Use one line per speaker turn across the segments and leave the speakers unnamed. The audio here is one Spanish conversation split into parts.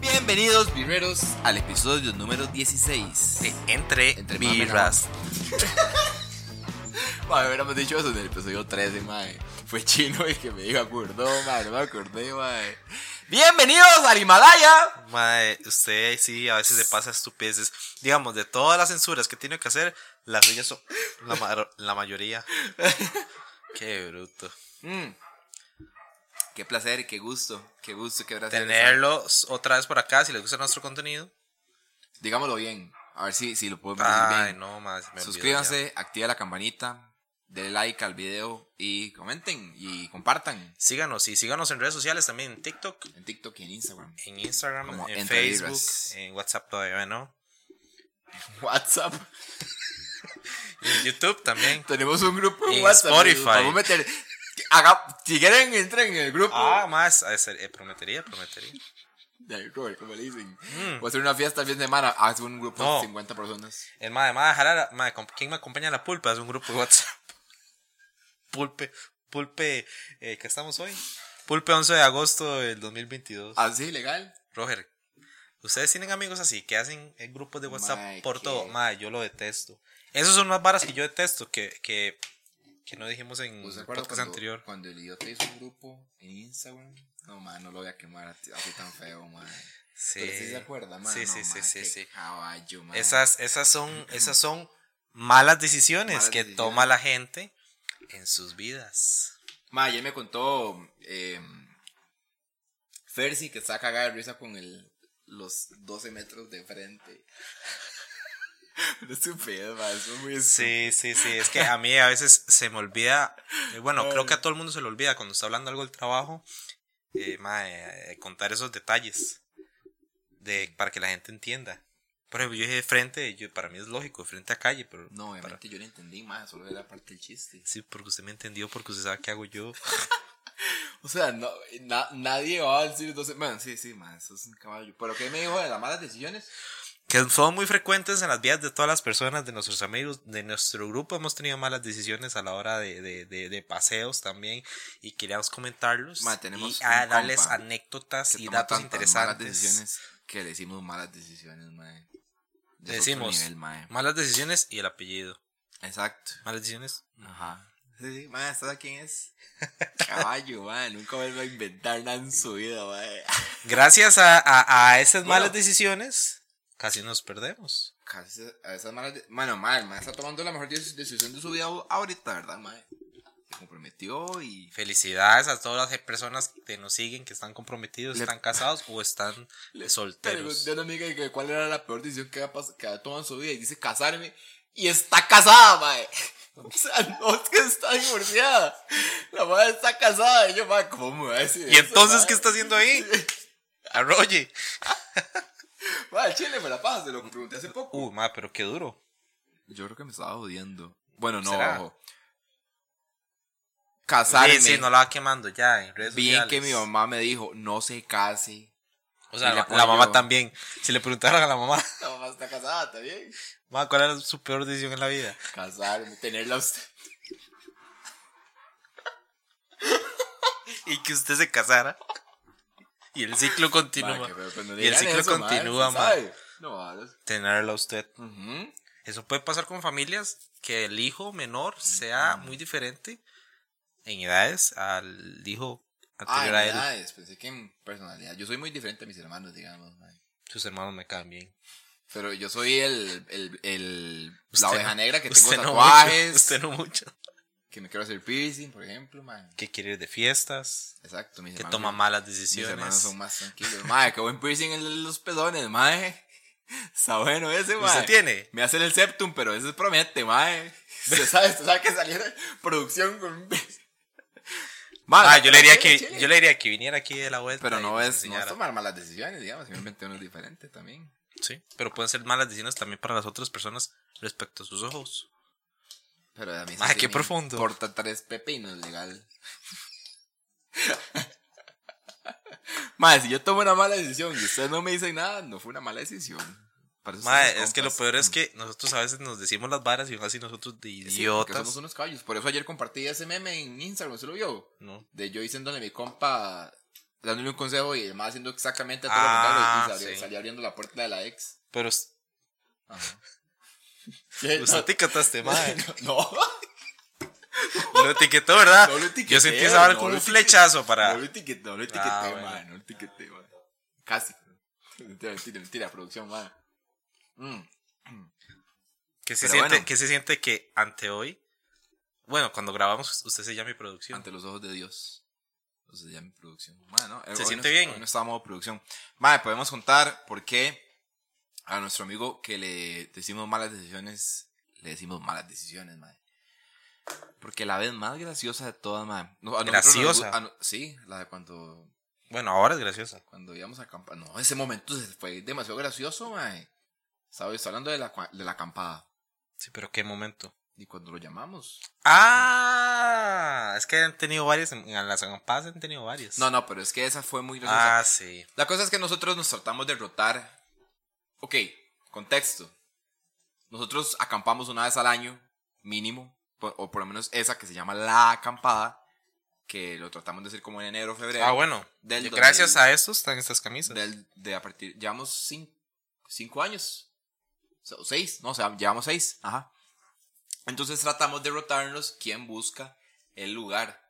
Bienvenidos, birreros, al episodio número 16
de Entre,
Entre
Birras.
Madre, hubiéramos dicho eso en el episodio 13, madre. Fue chino el que me dijo, acordó, madre, no me acordé, madre. Bienvenidos al Himalaya.
Madre, usted sí, a veces se pasa estupideces. Digamos, de todas las censuras que tiene que hacer, las suyas son la, ma- la mayoría. Qué bruto.
Mm. Qué placer, qué gusto, qué gusto, qué placer.
Tenerlos otra vez por acá, si les gusta nuestro contenido.
Digámoslo bien, a ver si, si lo podemos decir
Ay,
bien.
no, madre. se me olvidó
Suscríbanse, activa la campanita, denle like al video y comenten y compartan
ya. Síganos, y síganos en redes sociales también, en TikTok,
en TikTok y en Instagram.
en Instagram,
Como
en
Entre
Facebook,
Birras.
en WhatsApp todavía, ¿no?
WhatsApp.
Y en YouTube también.
Tenemos un grupo en
En
WhatsApp.
Spotify.
Vamos a meter. haga- si quieren, entren en el grupo.
Ah, más, a ser- eh, prometería, prometería.
Ya, Como como le dicen. Voy a hacer una fiesta el fin de semana. Haz un grupo
Mm. No.
de 50 personas.
El madre, madre, jalar, madre, ¿con- ¿quién me acompaña a la pulpa? Es un grupo de WhatsApp. Pulpe, pulpe, eh, ¿qué estamos hoy? Pulpe 11 de agosto del 2022.
Así, legal.
Roger, ustedes tienen amigos así que hacen eh, grupos de WhatsApp
Mae,
por
qué-
todo. Madre, yo lo detesto. Esas son unas varas que yo detesto que, que, que no dijimos
¿Usted
en el
Pues, acuerda
Mm, podcast
cuando,
anterior.
cuando el idiota hizo un grupo en Instagram? No, man, no lo voy a quemar así así tan feo, man.
Sí.
Pero sí se acuerda, man.
Sí,
No,
sí, sí,
man,
sí,
qué
sí.
Caballo, man.
Esas, esas son, esas son malas decisiones
Malas
que
decisiones.
toma la gente en sus vidas.
Ma, ayer me contó eh, Fersi que está cagada de risa con el, los 12 metros de frente. no es estupidez, ma, eso es muy estúpido.
Sí, sí, sí. Es que a mí a veces se me olvida. eh, Bueno, creo que a todo el mundo se le olvida cuando está hablando algo del trabajo. eh, mae, eh, contar esos detalles de, para que la gente entienda. Por ejemplo, yo dije de frente, yo, para mí es lógico, de frente a calle, pero.
No,
para-
obviamente yo no entendí más, solo era parte del chiste.
sí, porque usted me entendió, porque usted sabe qué hago yo.
O sea, no, na- nadie va a decir 12 Man, sí, sí, man, eso es un caballo. ¿Pero qué me dijo de las malas decisiones?
Que son muy frecuentes en las vidas de todas las personas, de nuestros amigos, de nuestro grupo. Hemos tenido malas decisiones a la hora de, de- de- de paseos también. Y queríamos comentarlos.
Ma, tenemos
y a
un
darles
compa
anécdotas
Que
y
toma
datos
tantas
interesantes.
Malas decisiones que le decimos malas decisiones, mae.
Le
Es otro
decimos.
nivel, mae.
Malas decisiones y el apellido.
Exacto.
Malas decisiones.
Ajá. Sí, sí, mae, ¿sabes quién es? Caballo, mae, nunca vuelvo a inventar nada en su vida, mae.
Gracias a, a- a esas
Bueno.
malas decisiones, casi nos perdemos.
Casi se- a esas malas. de- Bueno, mae, el mae está tomando la mejor dec- decisión de su vida ahorita, ¿verdad, mae? Se comprometió y.
Felicidades a todas las personas que nos siguen, que están comprometidos,
Le-
están casados o están solteros.
Pregunté a una amiga que cuál era la peor decisión que había, pas- que había tomado en su vida y dice casarme y está casada, mae. O sea, no es que está divorciada. La madre está casada. Y yo, mae, ¿cómo me va a decir
¿Y
eso,
entonces
mae?
qué está haciendo ahí? Arroye.
Mae, chile, me la pasa, se lo pregunté hace poco.
Uy, ma, pero qué duro.
Yo creo que me estaba odiando. Bueno, no,
¿Será?
ojo. Casarme.
Sí, sí, no la va quemando ya en redes
bien
sociales.
que mi mamá me dijo, no se case.
O sea,
Y le
la,
apoyo.
la mamá también. Si le preguntaron a la mamá,
La mamá está casada, ¿está bien?
"Ma, ¿cuál era su peor decisión en la vida?
Casarme, tenerla a usted.
Y que usted se casara. Y el ciclo continúa.
Mae, qué feo, cuando
Y
digan
el ciclo
eso, mae,
continúa,
se
mae.
sabe. No, ahora sí.
tenerla a usted.
Ujú.
Eso puede pasar con familias que el hijo menor sea muy diferente en edades al hijo
Ah,
anterior a él.
edades, pensé que en personalidad. Yo soy muy diferente a mis hermanos, digamos. mae.
Sus hermanos me caen bien.
Pero yo soy el, el, el la
Usted
oveja
no-
negra que tengo
usted no
tatuajes,
mucho, usted no mucho.
que me quiero hacer piercing, por ejemplo, mae.
Que quiere ir de fiestas,
Exacto, mis
que
hermanos
toma
son-
malas
Mis hermanos
decisiones.
son más tranquilos. Mae, qué buen piercing en los pezones, mae. Está bueno ese, mae.
¿Usted tiene?
Me hacen el septum, pero ese promete, mae. Usted sabe, usted sabe que saliera producción con un piercing. Mae,
Ah, yo le diría
chile,
que
chile.
yo le diría que viniera aquí de la vuelta.
Pero
y
no
nos
es, no es
enseñara.
tomar malas decisiones, digamos. Simplemente uno es diferente también.
Sí, pero pueden ser malas decisiones también para las otras personas respecto a sus ojos.
Pero a mí eso
Mae,
sí
qué
me
profundo.
Importa tres pepinos legal. Mae, si yo tomo una mala decisión y ustedes no me dicen nada, no fue una mala decisión. Para eso
Mae,
somos
es que lo
compas. Mm.
peor es que nosotros a veces nos decimos las varas y aún así nosotros de
Sí, porque
idiotas.
somos unos caballos. Por eso ayer compartí ese meme en Instagram, ¿se lo vio?
No.
De yo diciéndole a mi compa dándole un consejo y el mae haciendo exactamente todo
Ah,
lo contrario y salía,
sí.
salía abriendo la puerta de la ex.
Pero us-
Ajá. ¿Qué?
usted etiquetaste, madre.
No, no,
Lo etiquetó, ¿verdad?
No lo
Yo
etiqueteo,
sentí esa vara
no
como
lo
un
etiqueteo.
flechazo para.
no lo etiqueté, no lo etiqueté,
Ah,
mae,
bueno.
no lo etiqueté, mae. Casi. Mentira, mentira, mentira, producción, mae. Mm.
Que se,
Pero
siente,
bueno.
que se siente que ante hoy. Bueno, cuando grabamos, usted se llama mi producción.
Ante los ojos de Dios. Entonces ya mi producción. Mae, no,
Se
hoy
siente
no-
bien.
hoy no está modo producción. Mae, podemos contar por qué a nuestro amigo que le decimos malas decisiones, le decimos malas decisiones, mae. Porque la vez más graciosa de todas, mae. No, a nosotros nos
¿Graciosa?
gu- a no- sí, la de cuando,
Bueno, ahora es graciosa.
cuando íbamos a acampar. No, ese momento se fue demasiado gracioso, mae. ¿Sabes? Hablando de la, cua- de la acampada.
Sí, pero qué momento.
Y cuando lo llamamos.
Ah, es que han tenido varias. En en las ampadas han tenido varias.
No, no, pero es que esa fue muy graciosa.
Ah, sí.
La cosa es que nosotros nos tratamos de rotar. Ok, contexto. Nosotros acampamos una vez al año, mínimo, po- o por lo menos esa que se llama la acampada, que lo tratamos de hacer como en enero, febrero.
Ah, bueno.
del
Y
dos
gracias
mil-
a esto están estas camisas.
Del- de a partir, llevamos cinco, cinco años. O seis, no, o sea, llevamos seis. Ajá. Entonces tratamos de rotarnos quién busca el lugar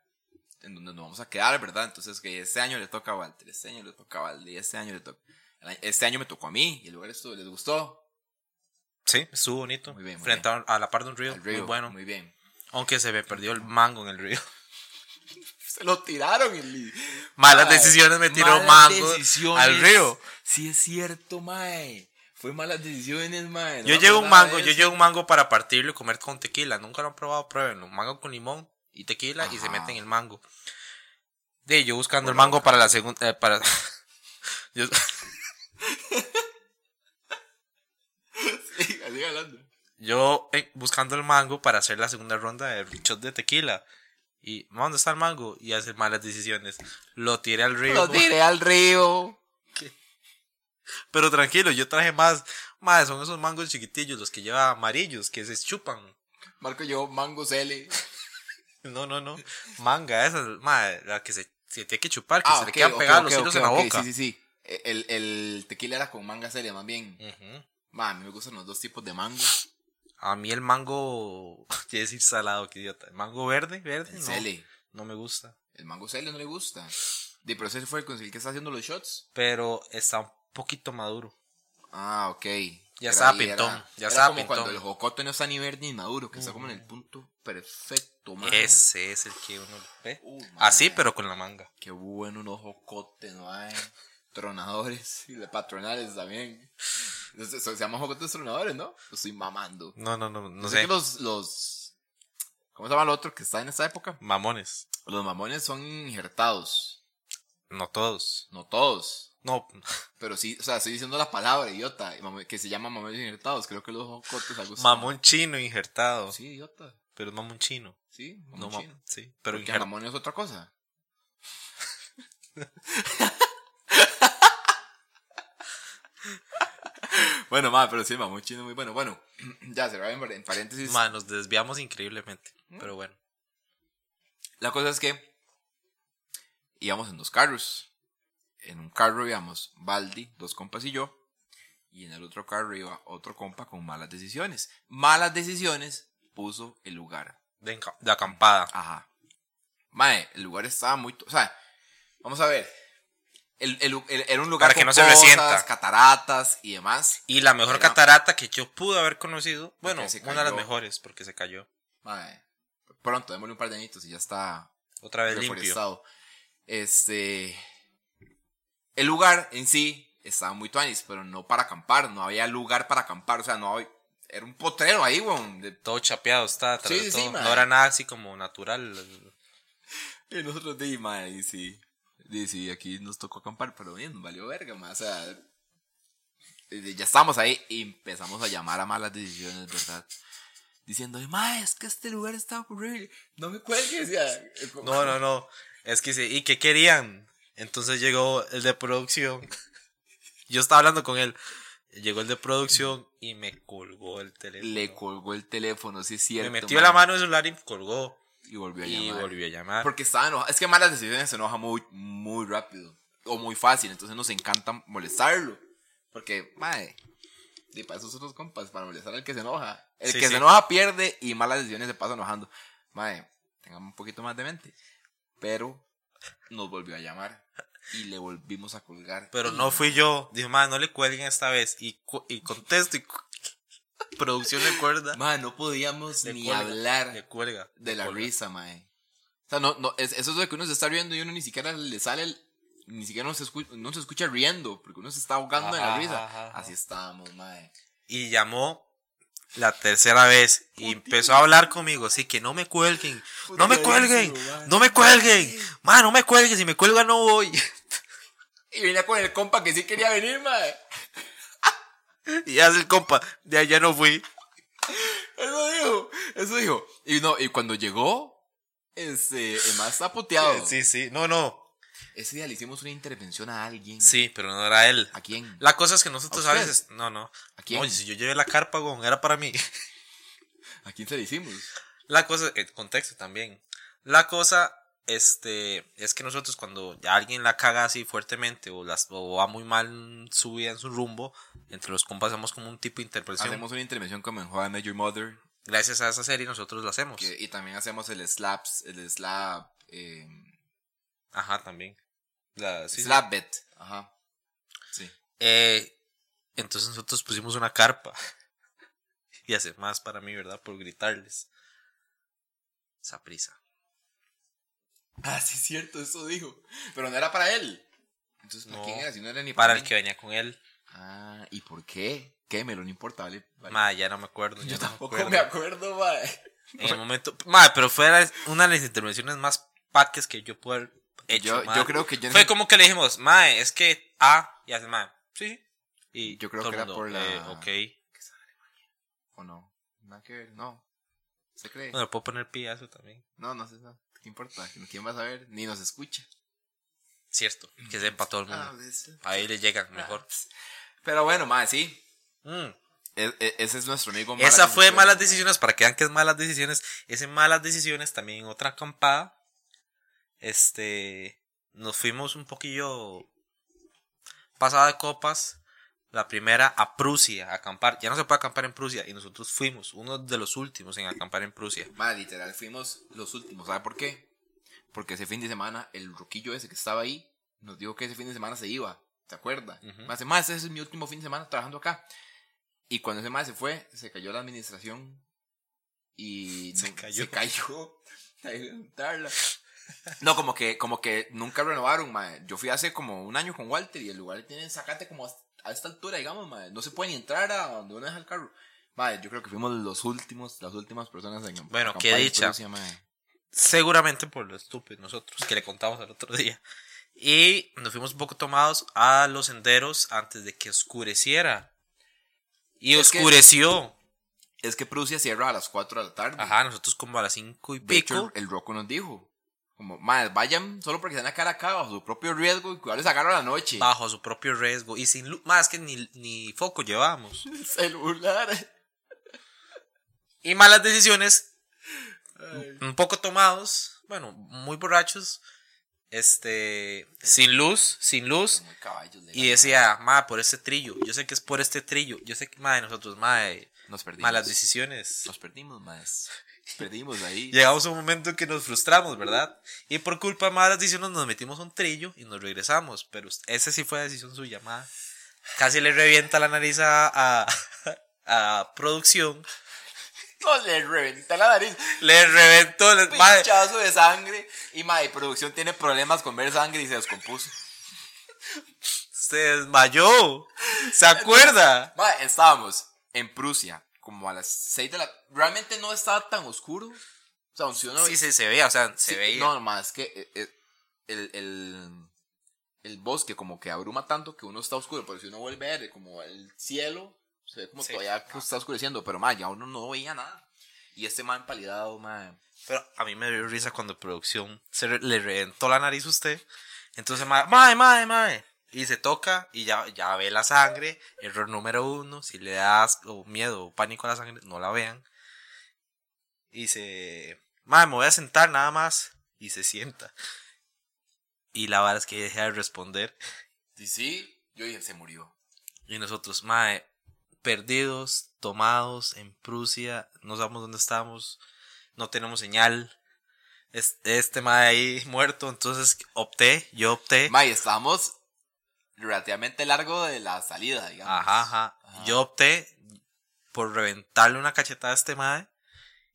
en donde nos vamos a quedar, ¿verdad? Entonces que este año le toca a Walter, este año le toca a Valde, y este año le toca... el año- Este año me tocó a mí y el lugar estuvo, les gustó.
Sí, estuvo bonito.
Muy bien, muy
Frente a- a la par de un río.
El río,
muy bueno.
Muy bien.
Aunque se me perdió el mango en el río.
Se lo tiraron el...
Malas
Mae,
decisiones me tiró
malas
mango
decisiones.
al río.
Sí es cierto, mae. Fue malas decisiones, mae. No
Yo
me
llevo un
acordaba
mango,
de
yo
eso.
llevo un mango para partirlo y comer con tequila. Nunca lo han probado, pruébenlo. Mango con limón y tequila y se
Ajá.
meten el mango. De yo buscando
Por
el
la
mango para la segunda. eh, para... Yo-
Sí, así hablando.
Yo eh, buscando el mango para hacer la segunda ronda de shot de tequila. Y, "Ma, ¿dónde está el mango? Y hacer malas decisiones. Lo tiré al río.
Lo tiré al río.
Pero tranquilo, yo traje más. Más, son esos mangos chiquitillos, los que lleva amarillos, que se chupan.
Marco yo mango L.
No, no, no. Manga, esa, madre, la que se, se tiene que chupar,
Ah,
que se le quedan pegados los hilos en la boca.
Sí, sí, sí. E, El, el tequila era con manga L, más bien.
Ujú.
Ma, a mí me gustan los dos tipos de mango.
A mí el mango, quiere decir salado, qué idiota. El mango verde, verde,
El
no,
Cele.
no me gusta.
El mango Cele no le gusta. De pero ese fue el con el que está haciendo los shots.
Pero está un poquito maduro.
Ah, ok. Pero
estaba
ahí era-
pintón, ya
era
estaba
como
pintón.
cuando el jocote no está ni verde ni maduro, que está como en el punto perfecto, man.
Ese es el que uno ve.
Uh, mae.
Así, pero con la manga.
Qué bueno unos jocotes, mae. Tronadores y de patronales también. Entonces, Se, se llaman jocotes tronadores, ¿no? Lo estoy mamando.
No, no, no,
No
no
sé.
sé.
que los, los. ¿Cómo se llama el otro que está en esta época?
Mamones.
Los mamones son injertados.
No todos. Pues,
No todos.
No,
Pero sí, o sea, estoy diciendo la palabra, idiota. y mamo- Que se llama mamones injertados. Creo que los jocotes algo así.
mamón chino injertado.
Sí, idiota.
Pero es mamón chino.
Sí, mamón
no, ma-
chino.
sí, pero
Porque
injer-
mamón es otra cosa. bueno, ma, pero sí, mamón chino es muy bueno. Bueno, ya se va en, en paréntesis.
Ma, nos desviamos increíblemente. Pero bueno.
La cosa es que íbamos en dos carros. En un carro íbamos Baldi, dos compas y yo. Y en el otro carro iba otro compa con malas decisiones. Malas decisiones puso el lugar.
De, enca- de acampada.
Ajá. Mae, el lugar estaba muy. to- O sea, vamos a ver. El- el- el- era un lugar
Para que
con
no se
pozas,
resienta.
cataratas y demás.
Y la mejor
Era-
catarata que yo pude haber conocido. Bueno,
se
una de las
cayó.
mejores, porque se cayó.
Mae, pronto, démosle un par de añitos y ya está
Otra vez limpio.
reforestado. Este. El lugar en sí estaba muy tuanis, pero no para acampar. No había lugar para acampar. O sea, no había. Era un potrero ahí, weón. de-
Todo chapeado está, tras
Sí,
de
sí,
todo.
ma.
no era nada así como natural.
Y nosotros de mae, y sí. Y sí, aquí nos tocó acampar, pero bien, valió verga, mae. O sea, eh, ya estamos ahí y empezamos a llamar a malas decisiones, ¿verdad? Diciendo, mae, es que este lugar está horrible. No me cuelgues, ya.
No, no, no. Es que sí. ¿Y qué querían? Entonces llegó el de producción. Yo estaba hablando con él. Llegó el de producción y me colgó el teléfono.
Le colgó el teléfono, sí es cierto.
me metió
mae.
la mano en el celular y colgó.
Y volvió a
Y
llamar.
volvió a llamar.
Porque estaba enojado. Es que malas decisiones se enoja muy, muy rápido o muy fácil, entonces nos encanta molestarlo. Porque, madre, y para esos otros compas, para molestar al que se enoja. El
Sí,
que
sí.
se enoja pierde y malas decisiones se pasa enojando. Madre, tengamos un poquito más de mente. Pero nos volvió a llamar y le volvimos a colgar.
Pero
Y
no fui yo. Dijo, madre, no le cuelguen esta vez. Y, cu- y contesto y cu- producción le cuerda.
Mae, no podíamos
le
ni
cuelga,
hablar
Le cuelga.
de
le
la
cuelga.
risa, mae. O sea, no, no, es- eso es lo que uno se está riendo y uno ni siquiera le sale el- Ni siquiera no se, escucha, no se escucha riendo, porque uno se está ahogando en la
Ajá,
risa.
ajá, ajá.
Así estábamos, mae.
Y llamó la tercera vez y empezó a hablar conmigo. Así que no me cuelguen. No me cuelguen.
Puteadísimo, man.
No me cuelguen. Ma, no me cuelguen. Si me cuelgan no voy.
Y venía con el compa que sí quería venir, mae.
Y hace el compa. De allá no fui.
Eso dijo, eso dijo. Y no, y cuando llegó, este, el más está puteado.
Eh, Sí, sí. No, no.
Ese día le hicimos una intervención a alguien.
Sí, pero no era él.
¿A quién?
La cosa es que nosotros
¿A
a
usted?
veces. No, no.
¿A quién?
No, si yo llevé la carpa, weón, era para mí.
¿A quién se le hicimos?
La cosa, el contexto también. La cosa, este, es que nosotros cuando ya alguien la caga así fuertemente o, las, o va muy mal en su vida, en su rumbo, entre los compas hacemos como un tipo de interpretación.
Hacemos una intervención como en How I Met Your Mother.
Gracias a esa serie nosotros la hacemos.
que- y también hacemos el slaps, el slap, eh,
Ajá, también. La- sí, sí.
slap bet. Ajá. Sí.
Eh, entonces nosotros pusimos una carpa. y hace más para mí, ¿verdad? Por gritarles. Esa prisa.
Ah, sí, es cierto, eso dijo. Pero no era para él. Entonces, ¿para
No.
quién era? Si no era ni para,
Para el
mí.
que venía con él.
Ah, ¿y por qué? ¿Qué? Me lo no importa, vale. vale.
Ma, ya no me acuerdo. ya
Yo
no
tampoco
acuerdo.
me acuerdo, mae.
En el momento. Madre, pero fue la- una de las intervenciones más paques que yo pude haber hecho.
Yo,
mae.
yo creo que yo
Fue como que le dijimos, mae, es que A y hace mae. Sí, sí. Y
Yo creo
todo
que
el
era por la-
eh, ok.
¿O no? Nada que ver, no. ¿Se cree?
Bueno, puedo poner pi a eso también.
No, no sé, no. ¿Qué importa? ¿Quién va a saber? Ni nos escucha.
Cierto, que sepa todo el mundo.
Ah, pues,
Ahí le llegan mejor.
Pero bueno, madre, sí.
Mm.
E- e- ese es nuestro amigo. Malas
Esa fue
Decisiones,
malas
mae.
decisiones, para que vean que es malas decisiones. Ese malas decisiones también en otra acampada. Este. Nos fuimos un poquillo. Pasada de copas. La primera a Prusia, a acampar. Ya no se puede acampar en Prusia. Y nosotros fuimos uno de los últimos en acampar en Prusia.
Madre, literal, fuimos los últimos. ¿Sabe por qué? Porque ese fin de semana, el roquillo ese que estaba ahí, nos dijo que ese fin de semana se iba. ¿Se acuerda?
Ujú.
Más, más, ese es mi último fin de semana trabajando acá. Y cuando ese más se fue, se cayó la administración. Y
Se
nu-
cayó.
Se cayó. Hay que contarla. No, como que, como que nunca renovaron, mae. Yo fui hace como un año con Walter y el lugar tiene sacate como hasta- a esta altura, digamos, mae. No se puede ni entrar a donde uno deja el carro. Mae, yo creo que fuimos los últimos, las últimas personas en
Bueno,
acampar
qué
en
dicha.
Prusia, mae.
Seguramente por lo estúpido nosotros que le contamos al otro día. Y nos fuimos un poco tomados a los senderos antes de que oscureciera. Y
Es que-
oscureció.
Es que Prusia cierra a las 4 de la tarde.
Ajá, nosotros como a las cinco y
De hecho,
pico.
el Rocco nos dijo, como, mae, vayan solo porque se van a quedar acá bajo su propio riesgo y cuidarles agarro a la noche.
Bajo su propio riesgo y sin luz. Más que ni, ni foco llevábamos.
Celular.
Y malas decisiones. Un poco tomados. Bueno, muy borrachos. Este. Sin luz, sin luz.
Como caballos de
Y
la-
decía, ma, por este trillo. Yo sé que es por este trillo. Yo sé que, ma, de nosotros, ma, de
Nos perdimos.
malas decisiones.
Nos perdimos, más. Perdimos ahí.
Llegamos a un momento en que nos frustramos, ¿verdad? Y por culpa de malas decisiones nos metimos a un trillo y nos regresamos. Pero esa sí fue decisión suya, ma. Casi le revienta la nariz a, a, a producción.
No le reventé la nariz.
Le reventó la madre.
Pinchazo de sangre. Y madre, producción tiene problemas con ver sangre y se descompuso.
Se desmayó. ¿Se acuerda?
Madre, estábamos en Prusia, como a las 6 de la. Realmente no estaba tan oscuro. O sea, si uno
sí, sí, se veía, o sea, se
Sí,
veía.
No, más que eh, eh, el, el, el bosque como que abruma tanto que uno está oscuro, pero si uno vuelve a ver como el cielo, se ve como
Sí.
todavía que está oscureciendo, pero más, ya uno no veía nada. Y este man palidado, man.
Pero a mí me dio risa cuando producción se re- le reventó la nariz a usted. Entonces, madre, madre, madre, madre. Y se toca y ya, ya ve la sangre. Error número uno. Si le das o miedo o pánico a la sangre, no la vean. Y se... Madre, me voy a sentar nada más. Y se sienta. Y la vara es que deja de responder.
Y sí, yo dije, se murió.
Y nosotros, mae, perdidos, tomados en Prusia, no sabemos dónde estamos, no tenemos señal. Es- Este mae ahí muerto, entonces opté, yo opté.
Mae, estamos relativamente largo de la salida, digamos.
Ajá, ajá.
Ajá.
Yo opté por reventarle una cachetada a este mae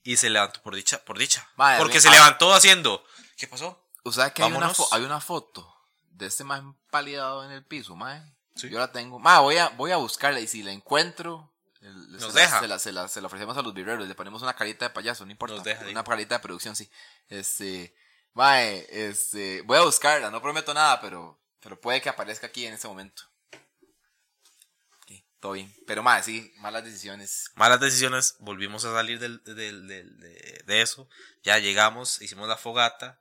y se levantó por dicha, por dicha.
Mae,
Porque
ve-
se
ah.
levantó haciendo. ¿Qué pasó?
O sea que hay una,
Vámonos.
fo- hay una foto de este más empalidado en el piso, mae.
Sí.
Yo la tengo. Mae, voy a, voy a buscarla y si la encuentro, el-
Nos
se, la-
deja.
se La, se, la, se la ofrecemos a los birreros, le ponemos una carita de payaso, no importa.
Nos deja,
una
digo.
carita de producción, sí. Este, mae, este, voy a buscarla, no prometo nada, pero, pero puede que aparezca aquí en este momento. Ok, todo bien. Pero mae, sí, malas decisiones.
Malas decisiones, volvimos a salir del- del- del- de, de eso. Ya llegamos, hicimos la fogata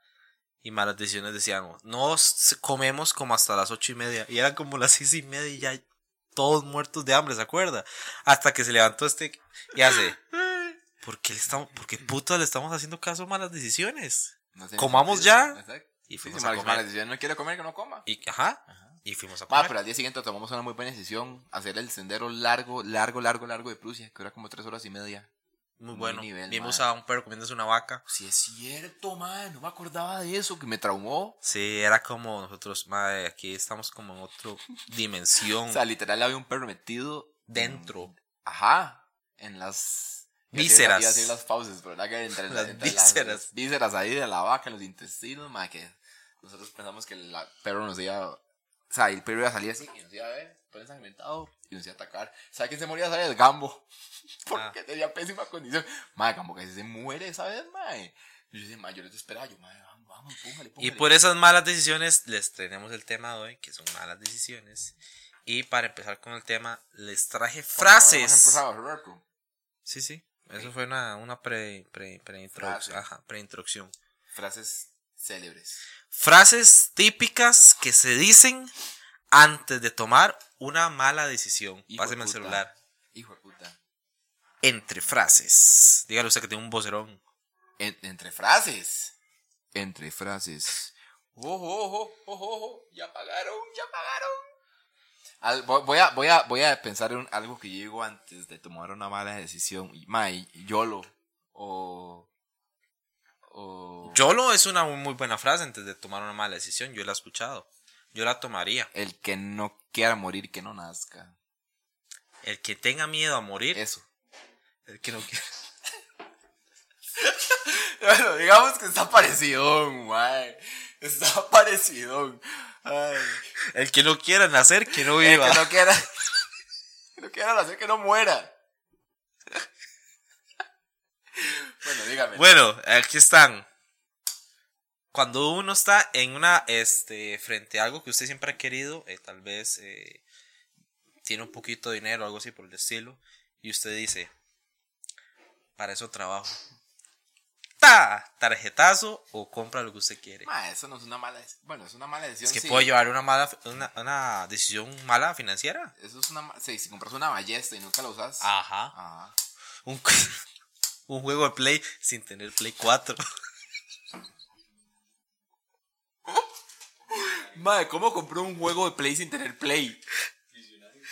y malas decisiones decíamos, no s- comemos como hasta las ocho y media. Y eran como las seis y media y ya todos muertos de hambre, ¿se acuerda? Hasta que se levantó este y hace, ¿por qué, le estamos, ¿por qué puta le estamos haciendo caso a malas decisiones?
No tiene
Comamos
sentido.
ya.
Exacto.
Y
Sí,
fuimos
sí,
a
malas-
comer.
malas decisiones. No quiero comer, que no coma.
Y, ajá,
Ajá.
y fuimos a
Ah,
comer.
pero al día siguiente tomamos una muy buena decisión, hacer el sendero largo, largo, largo, largo de Prusia, que era como tres horas y media.
Muy
muy
bueno.
nivel,
Vimos
madre.
a un perro comiéndose una vaca.
Sí, es cierto, man, no me acordaba de eso, que me traumó.
Sí, era como nosotros, madre, aquí estamos como en otra dimensión.
O sea, literal había un perro metido
dentro.
mm, Ajá, en las iba a decir-
Vísceras.
Iba a decir las fauces, pero ¿verdad? Que entre,
Las
entre
vísceras.
las vísceras ahí de la vaca, en los intestinos, man, que nosotros pensamos que el perro nos iba. a- O sea, el perro iba a salir así y nos iba a ver, todo ensangrentado y nos iba a atacar. ¿Sabes quién se moría? ¿Sabes? El gambo.
Ah.
Porque tenía pésima condición. Madre, como que se muere esa vez, madre. Y yo dije, madre, yo les esperaba. Yo, madre, vamos, vamos, póngale,
Y
póngale.
por esas malas decisiones les tenemos el tema de hoy, que son malas decisiones. Y para empezar con el tema, les traje
Bueno, hemos
frases.
empezado a hablar, bro.
Sí, sí. Eso fue una, una pre, pre, preintroducción.
Frase.
Ajá, preintroducción.
Frases célebres.
Frases típicas que se dicen antes de tomar una mala decisión.
Hijo de
Páseme el
puta.
celular.
Hijo de puta.
Entre frases. Dígale usted que tiene un vocerón.
En- entre frases. Entre frases. Ojo, ojo, ojo, ojo. Ya pagaron, ya pagaron. Al- vo- voy, a, voy, a, voy a pensar en algo que yo digo antes de tomar una mala decisión. May, YOLO. O. O.
Yolo es una muy buena frase antes de tomar una mala decisión. Yo la he escuchado. Yo la tomaría.
El que no quiera morir, que no nazca.
El que tenga miedo a morir.
Eso.
El que no quiera.
Bueno, digamos que está parecido, mae. Está parecido. Ay.
El que no quiera nacer, que no
El
viva.
que no quiera. que no quiera hacer que no muera. bueno, dígame.
Bueno, aquí están. Cuando uno está en una, este, frente a algo que usted siempre ha querido, eh, tal vez eh, tiene un poquito de dinero, algo así por el estilo, y usted dice, para eso trabajo. Ta, tarjetazo o compra lo que usted quiere.
Ma, eso no es una mala decisión. Bueno, es una mala decisión.
Es que
sí.
puede llevar una mala, una, una decisión mala financiera.
Eso es una ma- sí, si compras una ballesta y nunca la usas. Ah.
Ajá.
Ajá.
Un, un juego de Play sin tener Play 4.
Madre, ¿cómo compró un juego de Play sin tener Play?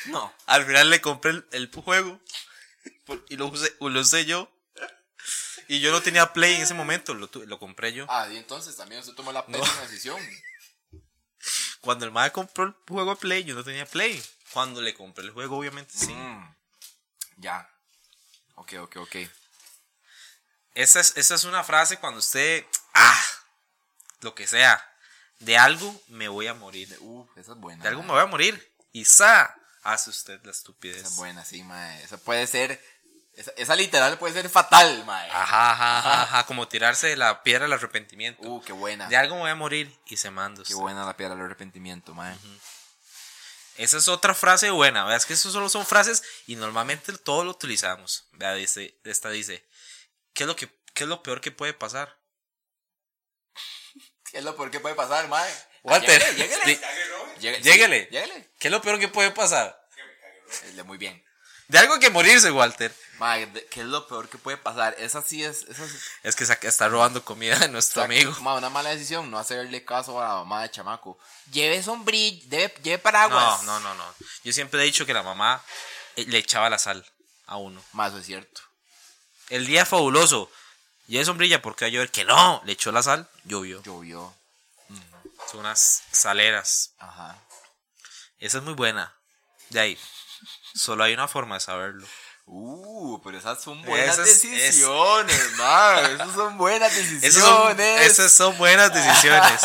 No.
Al final le compré el, el juego por- y lo usé, lo usé yo. Y yo no tenía Play en ese momento, lo, tu- lo compré yo.
Ah, y entonces también usted tomó la pésima decisión.
Cuando el madre compró el juego de Play, yo no tenía Play. Cuando le compré el juego, obviamente sí.
Mm. Ya. Ok, ok, ok.
Esa es, esa es una frase cuando usted. ¡Ah! Lo que sea. De algo me voy a morir.
Uh, esa es buena.
De algo
ma.
me voy a morir. Y sa, hace usted la estupidez.
Esa es buena, sí, mae. Esa puede ser. Esa, esa literal puede ser fatal, mae.
Ajá, ajá, ajá, ajá, Como tirarse de la piedra al arrepentimiento.
Uh, qué buena.
De algo me voy a morir y se manda
Qué
usted.
buena la piedra del arrepentimiento, mae.
Esa es otra frase buena, veas que eso solo son frases y normalmente todos lo utilizamos. Vea, dice, esta dice, ¿qué es lo que qué es lo peor que puede pasar?
¿Qué es lo peor que puede pasar, mae?
Walter,
Ah, Lléguele,
di-
lléguele. Llegue-
Lléguele.
Lléguele.
¿Qué es lo peor que puede pasar?
Eh, Muy bien.
De algo que morirse, Walter.
Mae, de- ¿qué es lo peor que puede pasar? Esa sí es. Esa sí-
Es que saca- está robando comida de nuestro amigo.
Mae, una mala decisión, no hacerle caso a la mamá de chamaco. Lleve sombrilla, lleve, lleve paraguas.
No, no, no, no. Yo siempre he dicho que la mamá eh, le echaba la sal a uno.
Mae, eso es cierto.
El día fabuloso. Y es sombrilla porque va a llover. Que no, le echó la sal, llovió.
Llovió.
Son unas saleras.
Ajá.
Esa es muy buena. De ahí. Solo hay una forma de saberlo.
Uh, pero esas son buenas
Esas- es-
decisiones, mae. Esas son buenas decisiones.
Esas son, esas son buenas decisiones.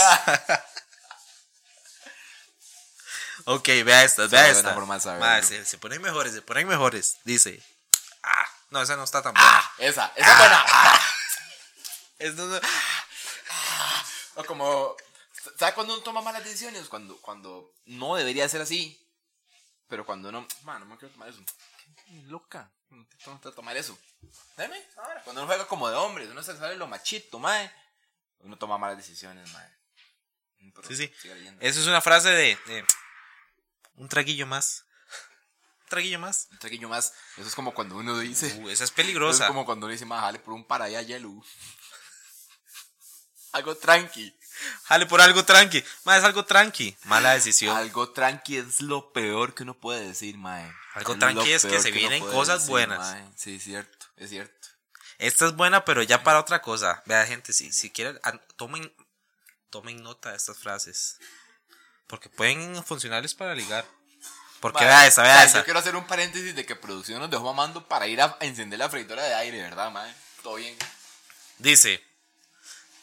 ok, vea estas,
Suena
vea
buena
estas.
forma de saberlo.
Madre, se, se ponen mejores, se ponen mejores. Dice. Ah, no, esa no está tan buena.
Esa, esa es buena.
Ah, Esta Ah. no-
O como, ¿sabes cuando uno toma malas decisiones? Cuando, cuando no debería ser así. Pero cuando uno, man, no me quiero tomar eso. Qué loca, no te tengo que tomar eso. Dame, ahora. Cuando uno juega como de hombres, uno se sale lo machito, mae. Uno toma malas decisiones, mae. Pero
Sí, sí.
siga leyendo.
Eso es una frase de, de, un traguillo más. Un traguillo más.
Un traguillo más, eso es como cuando uno dice.
Uh, esa es
eso
peligrosa.
es como cuando uno dice, más jale por un para allá, yellow. Algo tranqui.
Jale por algo tranqui. Más es algo tranqui. Mala decisión.
Algo tranqui es lo peor que uno puede decir, mae.
Algo
lo
tranqui es que
peor
se
uno
vienen
puede
cosas buenas.
mae. Sí, cierto, es cierto.
Esta es buena, pero ya para otra cosa. Vea, gente, si, si quieren, an- tomen, tomen nota de estas frases. Porque pueden funcionarles para ligar. Porque
Mae,
vea esa,
o
vea
sea,
esa.
Yo quiero hacer un paréntesis de que producción nos dejó mamando para ir a encender la freidora de aire, ¿verdad, mae? Todo bien.
Dice,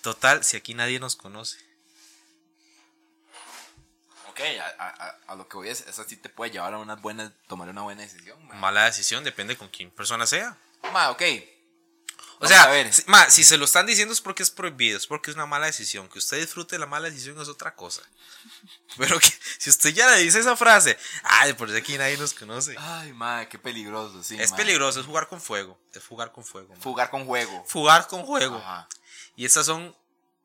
total, si aquí nadie nos conoce.
Ok, a, a- a- a lo que voy es, eso sí te puede llevar a una buena, tomar una buena decisión, mae.
Mala decisión, depende con quién persona sea.
Mae, ok.
O
Vamos
sea,
a ver.
si, ma, si se lo están diciendo es porque es prohibido, es porque es una mala decisión. Que usted disfrute la mala decisión es otra cosa. Pero que si usted ya le dice esa frase, ay, por eso aquí nadie nos conoce.
Ay, mae, qué peligroso, sí.
Es
mae.
peligroso, es jugar con fuego. Es jugar con fuego. ma.
Fugar con juego.
Fugar con juego.
Ajá.
Y estas son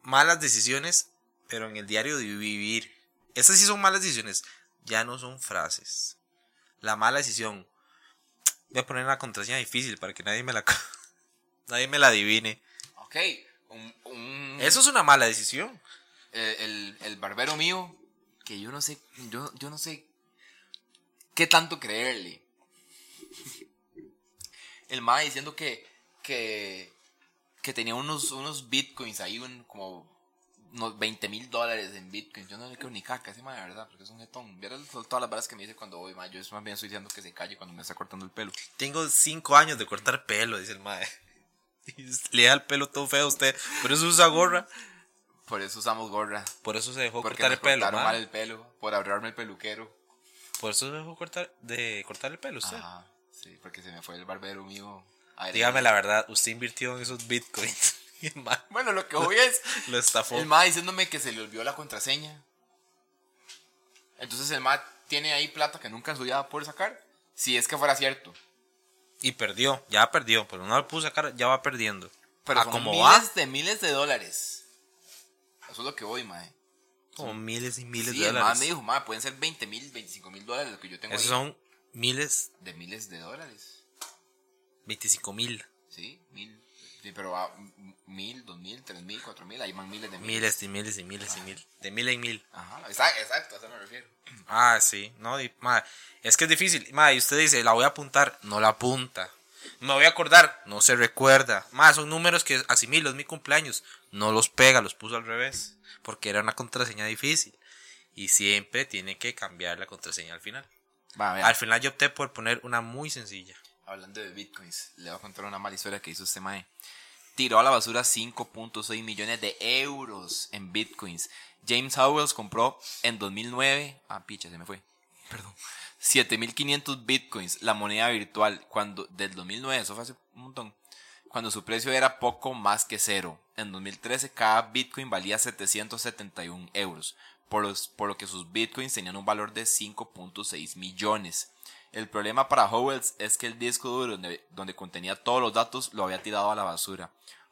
malas decisiones, pero en el diario de vivir. Estas sí son malas decisiones, ya no son frases. La mala decisión. Voy a poner una contraseña difícil para que nadie me la co- nadie me la adivine.
Ok. Un, un-
Eso es una mala decisión.
eh, el, el barbero mío, que yo no sé, yo, yo no sé qué tanto creerle. El ma diciendo que, que, que tenía unos, unos bitcoins ahí, un- como unos 20 mil dólares en bitcoins. Yo no le creo ni caca, ese ma de verdad, porque es un jetón. Vieras todas las varas que me dice cuando voy, ma. Yo es más bien estoy diciendo que se calle cuando me está cortando el pelo.
Tengo cinco años de cortar pelo, dice el mae. Y Le da el pelo todo feo a usted. Por eso usa gorra.
Por eso usamos gorra.
Por eso se dejó
Porque
cortar
me
el pelo.
cortaron
mae.
mal el pelo, por ahorrarme el peluquero.
Por eso se dejó cortar, de cortar el pelo usted.
Ajá, sí, porque se me fue el barbero mío. A ver,
Dígame la verdad, usted invirtió en esos bitcoins. Y el mae
Bueno, lo que voy es
Lo estafó.
el ma diciéndome que se le olvidó la contraseña. Entonces el ma tiene ahí plata que nunca en su vida va a poder sacar. Si es que fuera cierto.
Y perdió, ya perdió. Pero no lo pudo sacar, ya va perdiendo.
Pero
¿A
son
Ah, cómo va?
miles de miles de dólares. Eso es lo que voy, mae.
Como miles y miles
Sí,
de
el ma
dólares.
me dijo, ma, pueden ser 20 mil, 25 mil dólares lo que yo tengo
Esos
ahí.
son miles,
De miles de dólares.
25 mil.
Sí, mil. Sí, pero va m- mil, dos mil, tres mil, cuatro mil. Hay más miles de mil.
Miles y miles y miles y mil. De mil en mil.
Ajá, exa- exacto, a eso me refiero.
Ah, sí. No, y, ma, es que es difícil. Ma, y usted dice, la voy a apuntar. No la apunta. Me voy a acordar. No se recuerda. Más son números que asimilo. Es mi cumpleaños. No los pega, los puso al revés. Porque era una contraseña difícil. Y siempre tiene que cambiar la contraseña al final.
Va, vea.
Al final yo opté por poner una muy sencilla.
Hablando de bitcoins, le voy a contar una mala historia que hizo este mae. Tiró a la basura 5.6 millones de euros en bitcoins. James Howells compró en 2009, ah, picha, se me fue, perdón, 7.500 bitcoins, la moneda virtual, cuando, del 2009, eso fue hace un montón, cuando su precio era poco más que cero. En 2013 cada bitcoin valía 771 euros, por, los- por lo que sus bitcoins tenían un valor de 5.6 millones. El problema para Howells es que el disco duro donde, donde contenía todos los datos lo había tirado a la basura.